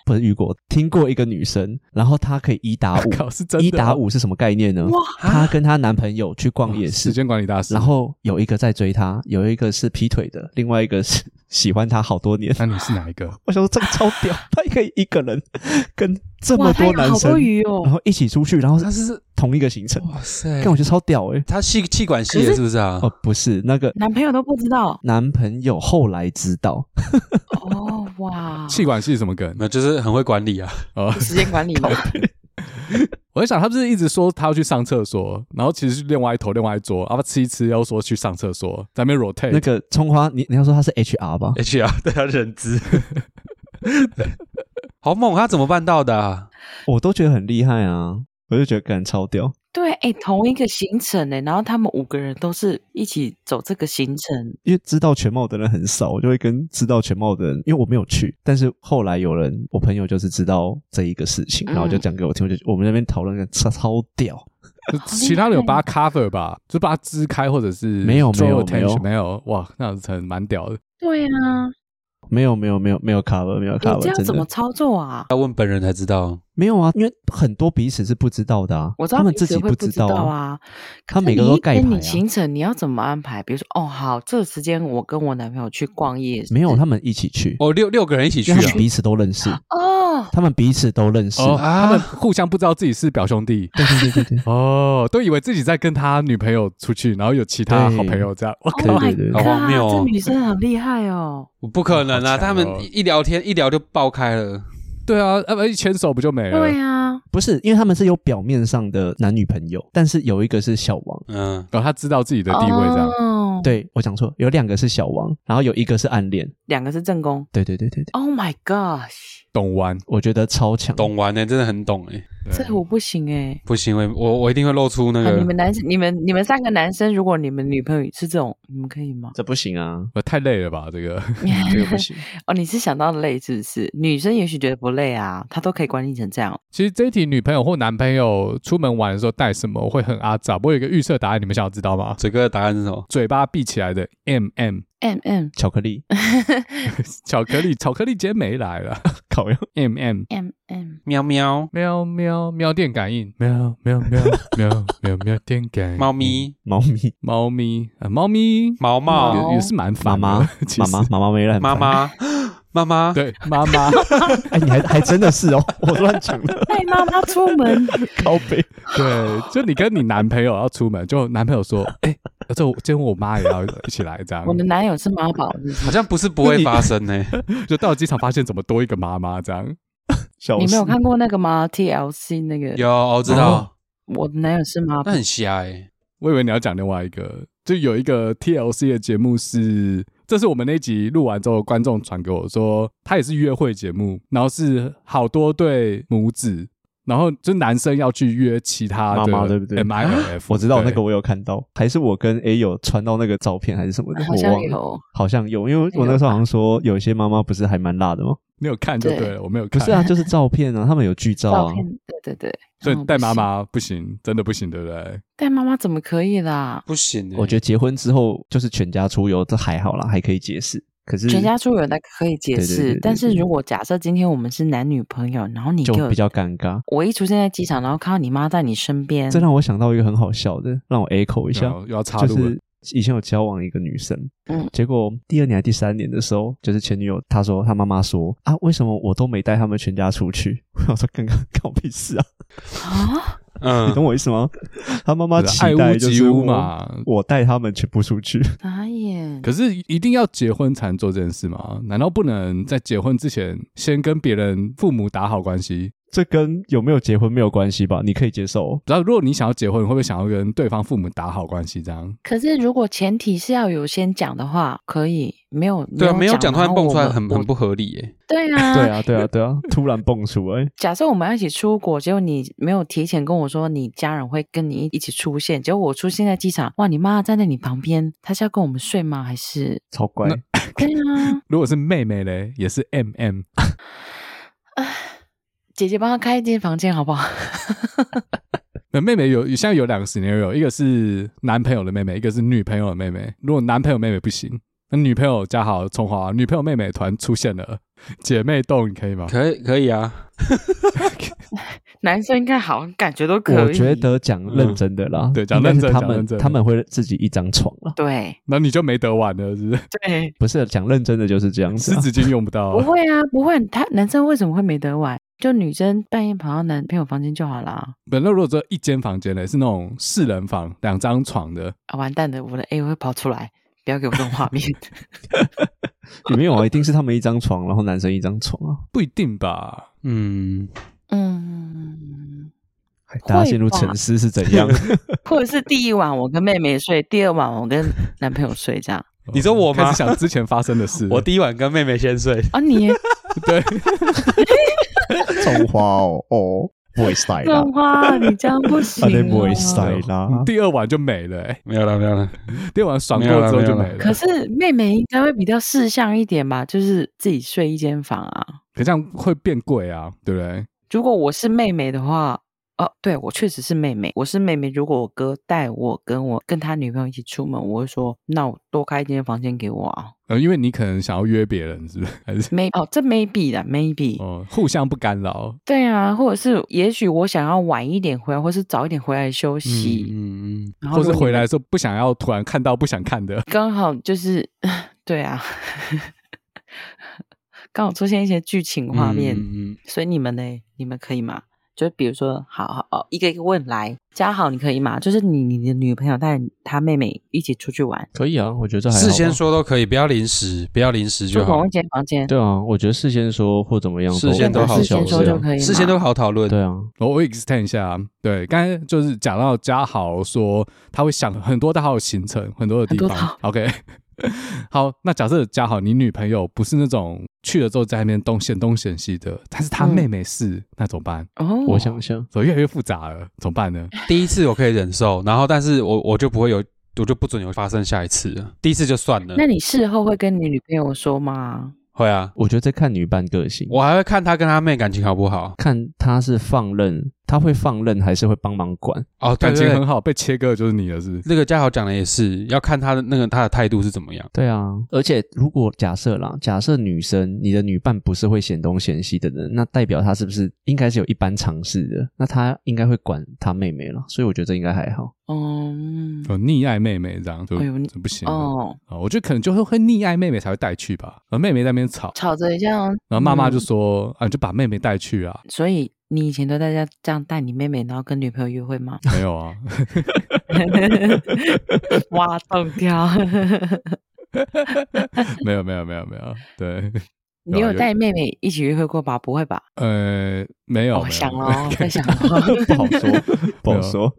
B: 不是遇过，听过一个女生，然后她可以一 打
A: 靠
B: 五，
A: 是真的哦
B: 一打五是什么概念呢？
D: 哇啊
B: 她跟她男朋友去逛夜
A: 时
B: 市，
A: 间管理大师。
B: 然，后有一个在追她，有一个是劈腿的，另外一个是 喜欢她好多年。
A: 那你是哪一个？
B: 我想说这个超 屌，她可以一个人跟这
D: 哇，
B: 么
D: 他
B: 多
D: 有
B: 男
D: 好
B: 生
D: 多，鱼哦
B: 然。后一起出去，然后
C: 他是
B: 同一个行程，
C: 哇塞
B: 看，我觉得超屌诶、
C: 他气气管系的是不是啊？
B: 哦，不是那个
D: 男朋友都不知道
B: 男朋友后来知道，
D: 哦，哇，
A: 气管系是什么梗？
C: 没有，就是很会管理 啊。
A: 哦，
D: 时间管理 嘛，
A: 我在想，他不是一直说他要去上厕所，然后其实是另外一头另外一桌，啊，吃一吃又说去上厕所，在那边 rotate。
B: 那个葱花，你你要说他是 HR 吧？
C: HR 对他认知， 好猛！他怎么办到的啊、
B: 我都觉得很厉害啊，我就觉得感超屌。
D: 对，哎、同一个行程呢、然后他们五个人都是一起走这个行程，
B: 因为知道全貌的人很少，我就会跟知道全貌的人，因为我没有去，但是后来有人，我朋友就是知道这一个事情，
D: 嗯
B: 然后就讲给我听，我就我们那边讨论超超屌，
A: 就 其他人有把它 cover 吧，就把它支开，或者是
B: 没有
A: draw
B: 没有
A: attention，
B: 没
A: 没有哇，那样子很蛮屌的。
D: 对啊，
B: 没有没有没有没有 cover 没有
D: 你
B: cover，
D: 这样
B: 真
D: 怎么
B: 的
D: 操作啊？
C: 要问本人才知道。
B: 没有啊，因为很多彼此是不知道的啊，
D: 我知道
B: 他们
D: 彼
B: 自
D: 此
B: 己
D: 会不
B: 知
D: 知道
B: 啊，
D: 啊，
B: 他
D: 可是
B: 每个
D: 你
B: 都
D: 一
B: 盖
D: 天
B: 牌
D: 你
B: 啊
D: 行程你要怎么安排？比如说，哦，好，这个时间我跟我男朋友去逛夜市，
B: 没有他们一起去，
C: 哦，六六个人一起去
B: 因为他
C: 啊
B: 们！彼此都认识，
D: 哦，
B: 他们彼此都认识，
A: 哦，
C: 啊
A: 他们互相不知道自己是表兄弟。
B: 对对对对对。
A: 哦，都以为自己在跟他女朋友出去，然后有其他好朋友这样。 哇，
D: Oh
B: 对对
D: my
B: 对
D: god！
C: 好荒谬哦
D: 这女生好厉害哦！
C: 不可能啊！
A: 好强哦
C: 他们一一聊天一聊就爆开了。
A: 对啊，啊一牵手不就没了？
D: 对啊，
B: 不是，因为他们是有表面上的男女朋友，但是有一个是小王。
C: 嗯，
A: 然后他知道自己的地位这样。
D: 哦，
B: 对我讲错，有两个是小王，然后有一个是暗恋。
D: 两个是正宫。
B: 对对对对对，
D: Oh my gosh！
A: 懂玩，
B: 我觉得超强。
C: 懂玩呢、真的很懂哎、
A: 对
D: 这我不行哎、
C: 不行，我我我一定会露出那
D: 啊
C: 个
D: 你们男生，你们你们三个男生，如果你们女朋友是这种，你们可以吗？
B: 这不行啊，
A: 我呃太累了吧？这个
B: 这个不行。
D: 哦，你是想到累是不是？女生也许觉得不累啊，她都可以管理成这样。
A: 其实这一题，女朋友或男朋友出门玩的时候带什么会很阿杂？我有一个预设答案，你们想要知道吗？
C: 嘴哥的答案是什么？
A: 嘴巴闭起来的 M M
D: 嗯嗯
B: 巧克力
A: 巧克力，巧克力今天没来了
B: 烤肉，
A: M M
D: 嗯嗯，
C: 喵喵，
A: 喵喵喵电感应，喵喵喵 喵喵喵电感应，
C: 猫咪，
B: 猫咪
A: 猫咪啊，猫咪
C: 毛毛，
D: 猫
A: 也也是蛮
B: 妈
A: 烦的
B: 妈
A: 其
B: 妈
A: 实
B: 妈妈妈没来，
C: 妈妈，妈妈，
A: 对，
B: 妈 妈，哎，你还还真的是哦，我乱讲的，
D: 带妈妈出 门，
B: 靠背。
A: 对，就你跟你男朋友要出门，就男朋友说，哎、这我今天我妈也要一起来，这样
D: 我的男友是妈宝，
C: 好像不是不会发生呢、欸
A: 就到了机场发现怎么多一个妈妈这样。
B: 小
D: 你没有
B: 事
D: 看过那个吗？TLC 那个，
C: 有，我知
A: 哦
C: 道，
D: 我的男友是妈
C: 那
D: 宝，
C: 很瞎哎、
A: 我以为你要讲另外一个，就有一个 TLC 的节目是，这是我们那集录完之后，观众传给我说，他也是约会节目，然后是好多对母子，然后就男生要去约其他的
B: 妈妈对不对
A: M I F，
B: 我知道那个我有看到，还是我跟 A 有传到那啊个照片还是什么的，
D: 好
B: 我
D: 像
B: 忘了，
D: 有，
B: 好像有，因为我那个时候好像说有一些妈妈不是还蛮辣的吗？
A: 没有看就
D: 对
A: 对了，我没有
B: 不
A: 看，
B: 是啊，就是照片啊，他们有剧照
D: 照
B: 啊，
D: 片，对对对，
A: 所
D: 然后
A: 以带
D: 哦不
A: 妈
D: 行，
A: 妈不行，真的不行，对不对？
D: 带妈妈怎么可以啦？
C: 不行、欸，
B: 我觉得结婚之后就是全家出游，这还好啦，还可以解释。可是
D: 全家出游的可以解
B: 对对对
D: 释
B: 对，
D: 但是
B: 对
D: 如果假设今天我们是男女朋友，然后你
B: 就
D: 给我
B: 比较尴尬。
D: 我一出现在机场，然后看到你妈在你身边，
B: 这让我想到一个很好笑的，让我 echo 一下
A: 然，后又要啊插
B: 啊就
A: 入了
B: 是以前有交往一个女生，
D: 嗯
B: 结果第二年还第三年的时候，就是前女友她说她妈妈说啊，为什么我都没带他们全家出去？ 我说刚刚干我屁事啊，
D: 啊，
B: 你
C: 嗯，
B: 懂我意思吗？她妈妈
A: 就是
B: 期
A: 啊爱
B: 待
A: 屋
B: 就
A: 及
B: 是
A: 乌
B: 我，
A: 嘛。
B: 我带他们全部出去，
D: 傻眼，
A: 可是一定要结婚才能做这件事吗？难道不能在结婚之前先跟别人父母打好关系？
B: 这跟有没有结婚没有关系吧？你可以接受哦。
A: 然后，如果你想要结婚，你会不会想要跟对方父母打好关系？这样
D: 可是如果前提是要有先讲的话，可以没有
C: 对啊，没有
D: 讲
C: 讲突然蹦出来
D: 我们
C: 很
D: 我
C: 很不合理哎、
D: 对 啊
B: 对啊，对啊，对啊，突然蹦出来，
D: 假设我们要一起出国，结果你没有提前跟我说你家人会跟你一起出现，结果我出现在机场，哇，你妈站在你旁边，她是要跟我们睡吗？还 是
B: 超乖。
D: 对啊，
A: 如果是妹妹嘞，也是 M M，
D: 姐姐帮她开一间房间好不好？
A: 那妹妹有现在有两个 scenario，一个是男朋友的妹妹，一个是女朋友的妹妹。如果男朋友妹妹不行，那女朋友加好葱花，女朋友妹妹团出现了，姐妹洞，你可以 吗？
C: 可以可以啊，
D: 男生应该好像感觉都可以，
B: 我觉得讲认真的啦，
A: 嗯对讲
B: 应该
A: 认
B: 是
A: 真
B: 他
A: 讲
B: 们
A: 认真的
B: 他们会自己一张床啦，
D: 对
A: 那你就没得玩了， 是不是？
D: 对，
B: 不是讲认真的就是这样子、
A: 湿
B: 啊。
A: 纸巾用不到
C: 哦
A: 啊，
D: 不会啊，不会，他男生为什么会没得玩？就女生半夜跑到男朋友房间就好啦。
A: 本来如果只有一间房间嘞，是那种四人房，两张床的，
D: 啊，完蛋的，我的 A 会跑出来，不要给我这种画面。
B: 没有啊，一定是他们一张床，然后男生一张床啊，
A: 不一定吧？
C: 嗯，
D: 嗯，
B: 大家陷入沉思是怎样？啊
D: 或者是第一晚我跟妹妹睡，第二晚我跟男朋友睡这样。
C: 你说我吗，
A: 开始想之前发生的事
C: 我第一晚跟妹妹先睡，
D: 啊，你 也
A: 对，
B: 中花哦哦，不会塞啦
D: 种，话，你这样不行、
B: 啊那不会
D: 哦。
B: 塞啦。
A: 第二晚就没了、欸，
C: 没有了没有哎了，
A: 第二晚爽过之后就没
C: 没有啦没有
A: 了。
C: 啦
D: 可是妹妹应该会比较事项一点吧，就是自己睡一间房啊。
A: 可这样会变贵啊，对不对？
D: 如果我是妹妹的话，哦，对我确实是妹妹，我是妹妹。如果我哥带我跟我跟他女朋友一起出门，我会说，那我多开一间房间给我啊。
A: 呃，因为你可能想要约别人，是不是？ 还是
D: 没哦，这 maybe 的 maybe。
A: 哦，互相不干扰。
D: 对啊，或者是也许我想要晚一点回来，或是早一点回来休息，
C: 嗯嗯
D: 然
A: 嗯
D: 后
A: 或是
D: 如果
A: 回
D: 你们
A: 来的时候不想要突然看到不想看的，
D: 刚好就是， 对啊，刚好出现一些剧情画面，
C: 嗯嗯
D: 所以你们呢？你们可以吗？就比如说，好好哦，一个一个问来，嘉豪，你可以吗？就是你你的女朋友带她妹妹一起出去玩，
B: 可以啊，我觉得这
C: 嗯
B: 还好吧
C: 事先说都可以，不要临时，不要临时
D: 住
C: 就好
D: 同一，间房间，
B: 对啊，我觉得事先说或怎么样，
C: 事先都好
D: 事先说
C: 讨论
D: 就可以嘛
C: 事先都好讨论，
B: 啊对啊，
A: 我我 extend 一下，啊对，刚才就是讲到嘉豪说他会想很多的好行程，很多的地
D: 很多
A: 方。OK，好，那假设嘉豪你女朋友不是那种去了之后在那边东嫌东嫌西的，但是她
D: 嗯
A: 妹妹是，那怎么办？
D: 哦，
B: 我想想，
A: 所以越来越复杂了，怎么办呢？
C: 第一次我可以忍受，然后但是我我就不会有，我就不准有发生下一次了，第一次就算了，
D: 那你事后会跟你女朋友说吗？
C: 会啊，
B: 我觉得这看女伴个性，
C: 我还会看他跟他妹感情好不好，
B: 看她是放任他会放任还是会帮忙管？
C: 哦，对
A: 感
C: 对
A: 情
C: 对
A: 很好，被切割的就是你了，是不是？
C: 那个嘉豪讲的也是，要看他的那个他的态度是怎么样。
B: 对啊，而且如果假设啦，假设女生你的女伴不是会嫌东嫌西的人，那代表她是不是应该是有一般常识的？那她应该会管她妹妹了，所以我觉得这应该还好。
D: 嗯，
A: 有溺爱妹妹这样就
D: 哎呦你
A: 就不行了
D: 哦，
A: 啊！我觉得可能就会会溺爱妹妹才会带去吧，然后妹妹在那边吵，
D: 吵着这样，
A: 然后妈妈
D: 嗯
A: 就说、啊，你就把妹妹带去啊，
D: 所以你以前都在家这样带你妹妹，然后跟女朋友约会吗？
A: 没有啊，
D: 挖洞跳，
A: 没有没有没有没有，对，
D: 你有
A: 有啊
D: 带妹妹一起约会过吧？不会吧？
A: 呃，没有，
D: 我
A: 没有
D: 想哦，在想哦，
B: 不好说，不好说。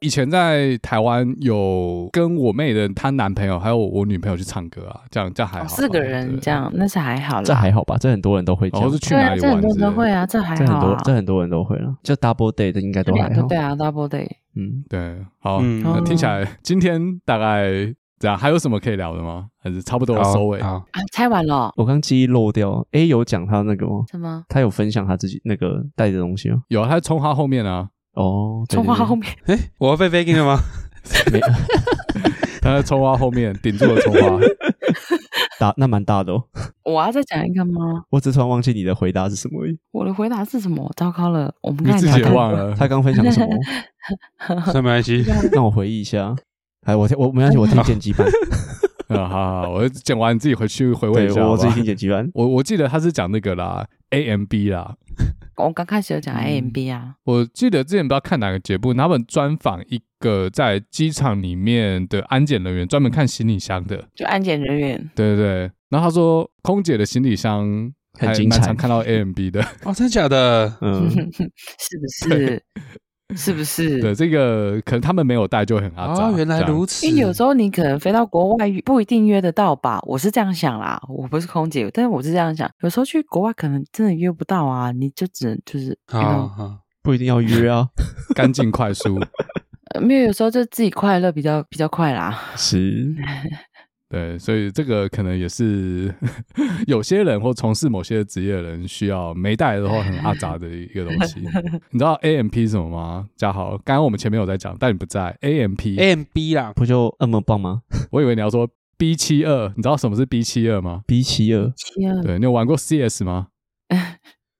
A: 以前在台湾有跟我妹的她男朋友还有我女朋友去唱歌啊，这样这样 还好吧、
D: 哦四个人
A: 对
D: 这，样，那是还好
B: 啊这
D: 啦。
B: 还好吧？这很多人都会这
A: 然后
B: 样，
A: 是去
D: 对
A: 哪
D: 啊，
A: 里
D: 这
A: 玩
D: 很多人
A: 之类
D: 都
A: 的
D: 会啊，这还
B: 这很
D: 好
B: 多
D: 啊，
B: 这很多人都会了，就 double date 的应该都还
D: 两
B: 好
D: 个。对啊，double day。
B: 嗯，
A: 对，好，
C: 嗯
A: 那听起
D: 哦
A: 来今天大概这样，还有什么可以聊的吗？还是差不多了
C: 好
A: 收尾？
C: 好，
D: 啊，猜完了，
B: 我刚记忆漏掉，A 有讲他那个吗？
D: 什么？
B: 他有分享他自己那个带的东西吗？
A: 有啊，他冲他后面啊，
B: 哦，对
D: 从话后，
B: 对
D: 面
C: 哎、我要被 faking 了吗？
B: 对没呃
A: 他在葱花后面顶住了葱 花，
B: 大那蛮大的哦。
D: 我要再讲一个吗？
B: 我只突然忘记你的回答是什么而已。
D: 我的回答是什么？糟糕了，我们
A: 你
D: 刚才
A: 自己也
D: 讲
A: 忘了。
B: 他刚分享什么？
C: 算没关 系，
B: 让我回忆一下。哎，我听我没关系，我听剪辑版，
A: 嗯，好好好，我讲完你自己回去回味一
B: 对
A: 下好
B: 我
A: 吧
B: 自己听剪辑 版。
A: 我我记得他是讲那个啦，A M B 啦，
D: 我刚开始有讲
B: 嗯
D: A M B 啊，
A: 我记得之前不知道看哪个节目，他们专访一个在机场里面的安检人员，专门看行李箱的。
D: 就安检人员。
A: 对对对，然后他说，空姐的行李箱
B: 很
A: 还
B: 精
A: 蛮
B: 彩
A: 常看到 A M B 的。
C: 哦，真的假的？
B: 嗯，
D: 是不是？是不是？
A: 对，这个可能他们没有带就会很阿杂。
C: 哦，原来如
A: 此。
C: 此。
D: 因为有时候你可能飞到国外不一定约得到吧，我是这样想啦，我不是空姐，但是我是这样想，有时候去国外可能真的约不到啊，你就只能就是，you
C: 好
B: 哦
D: know，
C: 好，
B: 不一定要约啊。
A: 干净快速。
D: 呃没有，有时候就自己快乐比较比较快啦。
B: 是，
A: 对，所以这个可能也是 有些人或从事某些职业的人需要没带的话很阿杂的一个东 西。你知道 A M P 是什么吗？嘉豪，刚刚我们前面有在讲，但你不在。A M P，、
C: A M B 啦，
B: 不就那么棒吗
A: 我以为你要说 B 七二，你知道什么是 B 七二吗？
B: ？B 七二
D: 七二
A: 对你有玩过 CS 吗？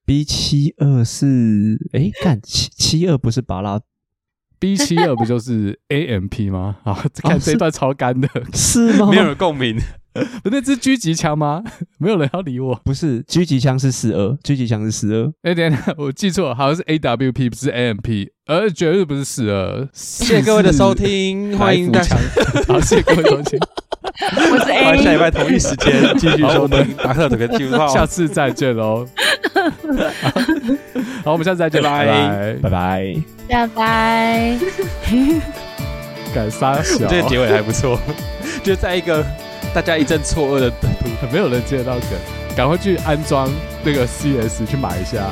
B: ，B 七二是，哎，看七七二不是拔拉，
A: B 七二不就是 AMP 吗？ 啊，看这一段超干的，
B: 是吗
C: 没？有人共鸣。
A: 不那支狙击枪吗？ 没有人要理我。
B: 不是，狙击枪是四二，狙击枪是四二，
A: 哎、等一下，我记错，好像是 AWP，不是 AMP，而绝对不是四二。谢
C: 谢谢各位的收，听，欢迎大家。
A: 好，谢谢各位收听，
D: 我是
C: 欢迎下礼
D: A，
C: 拜同一时间继续
A: 好我
C: 收
A: 们
C: 听达克的计划。
A: 下次再见 喽。好，我们下次再见，
C: 拜
A: 拜
C: 拜
A: 拜。
B: 拜拜。
D: 拜拜。
A: 敢撒小，
C: 这个结尾还不错， 就在一个大家一阵错愕的
A: 没有人接得到梗，赶快去安装那个 CS 去买一下。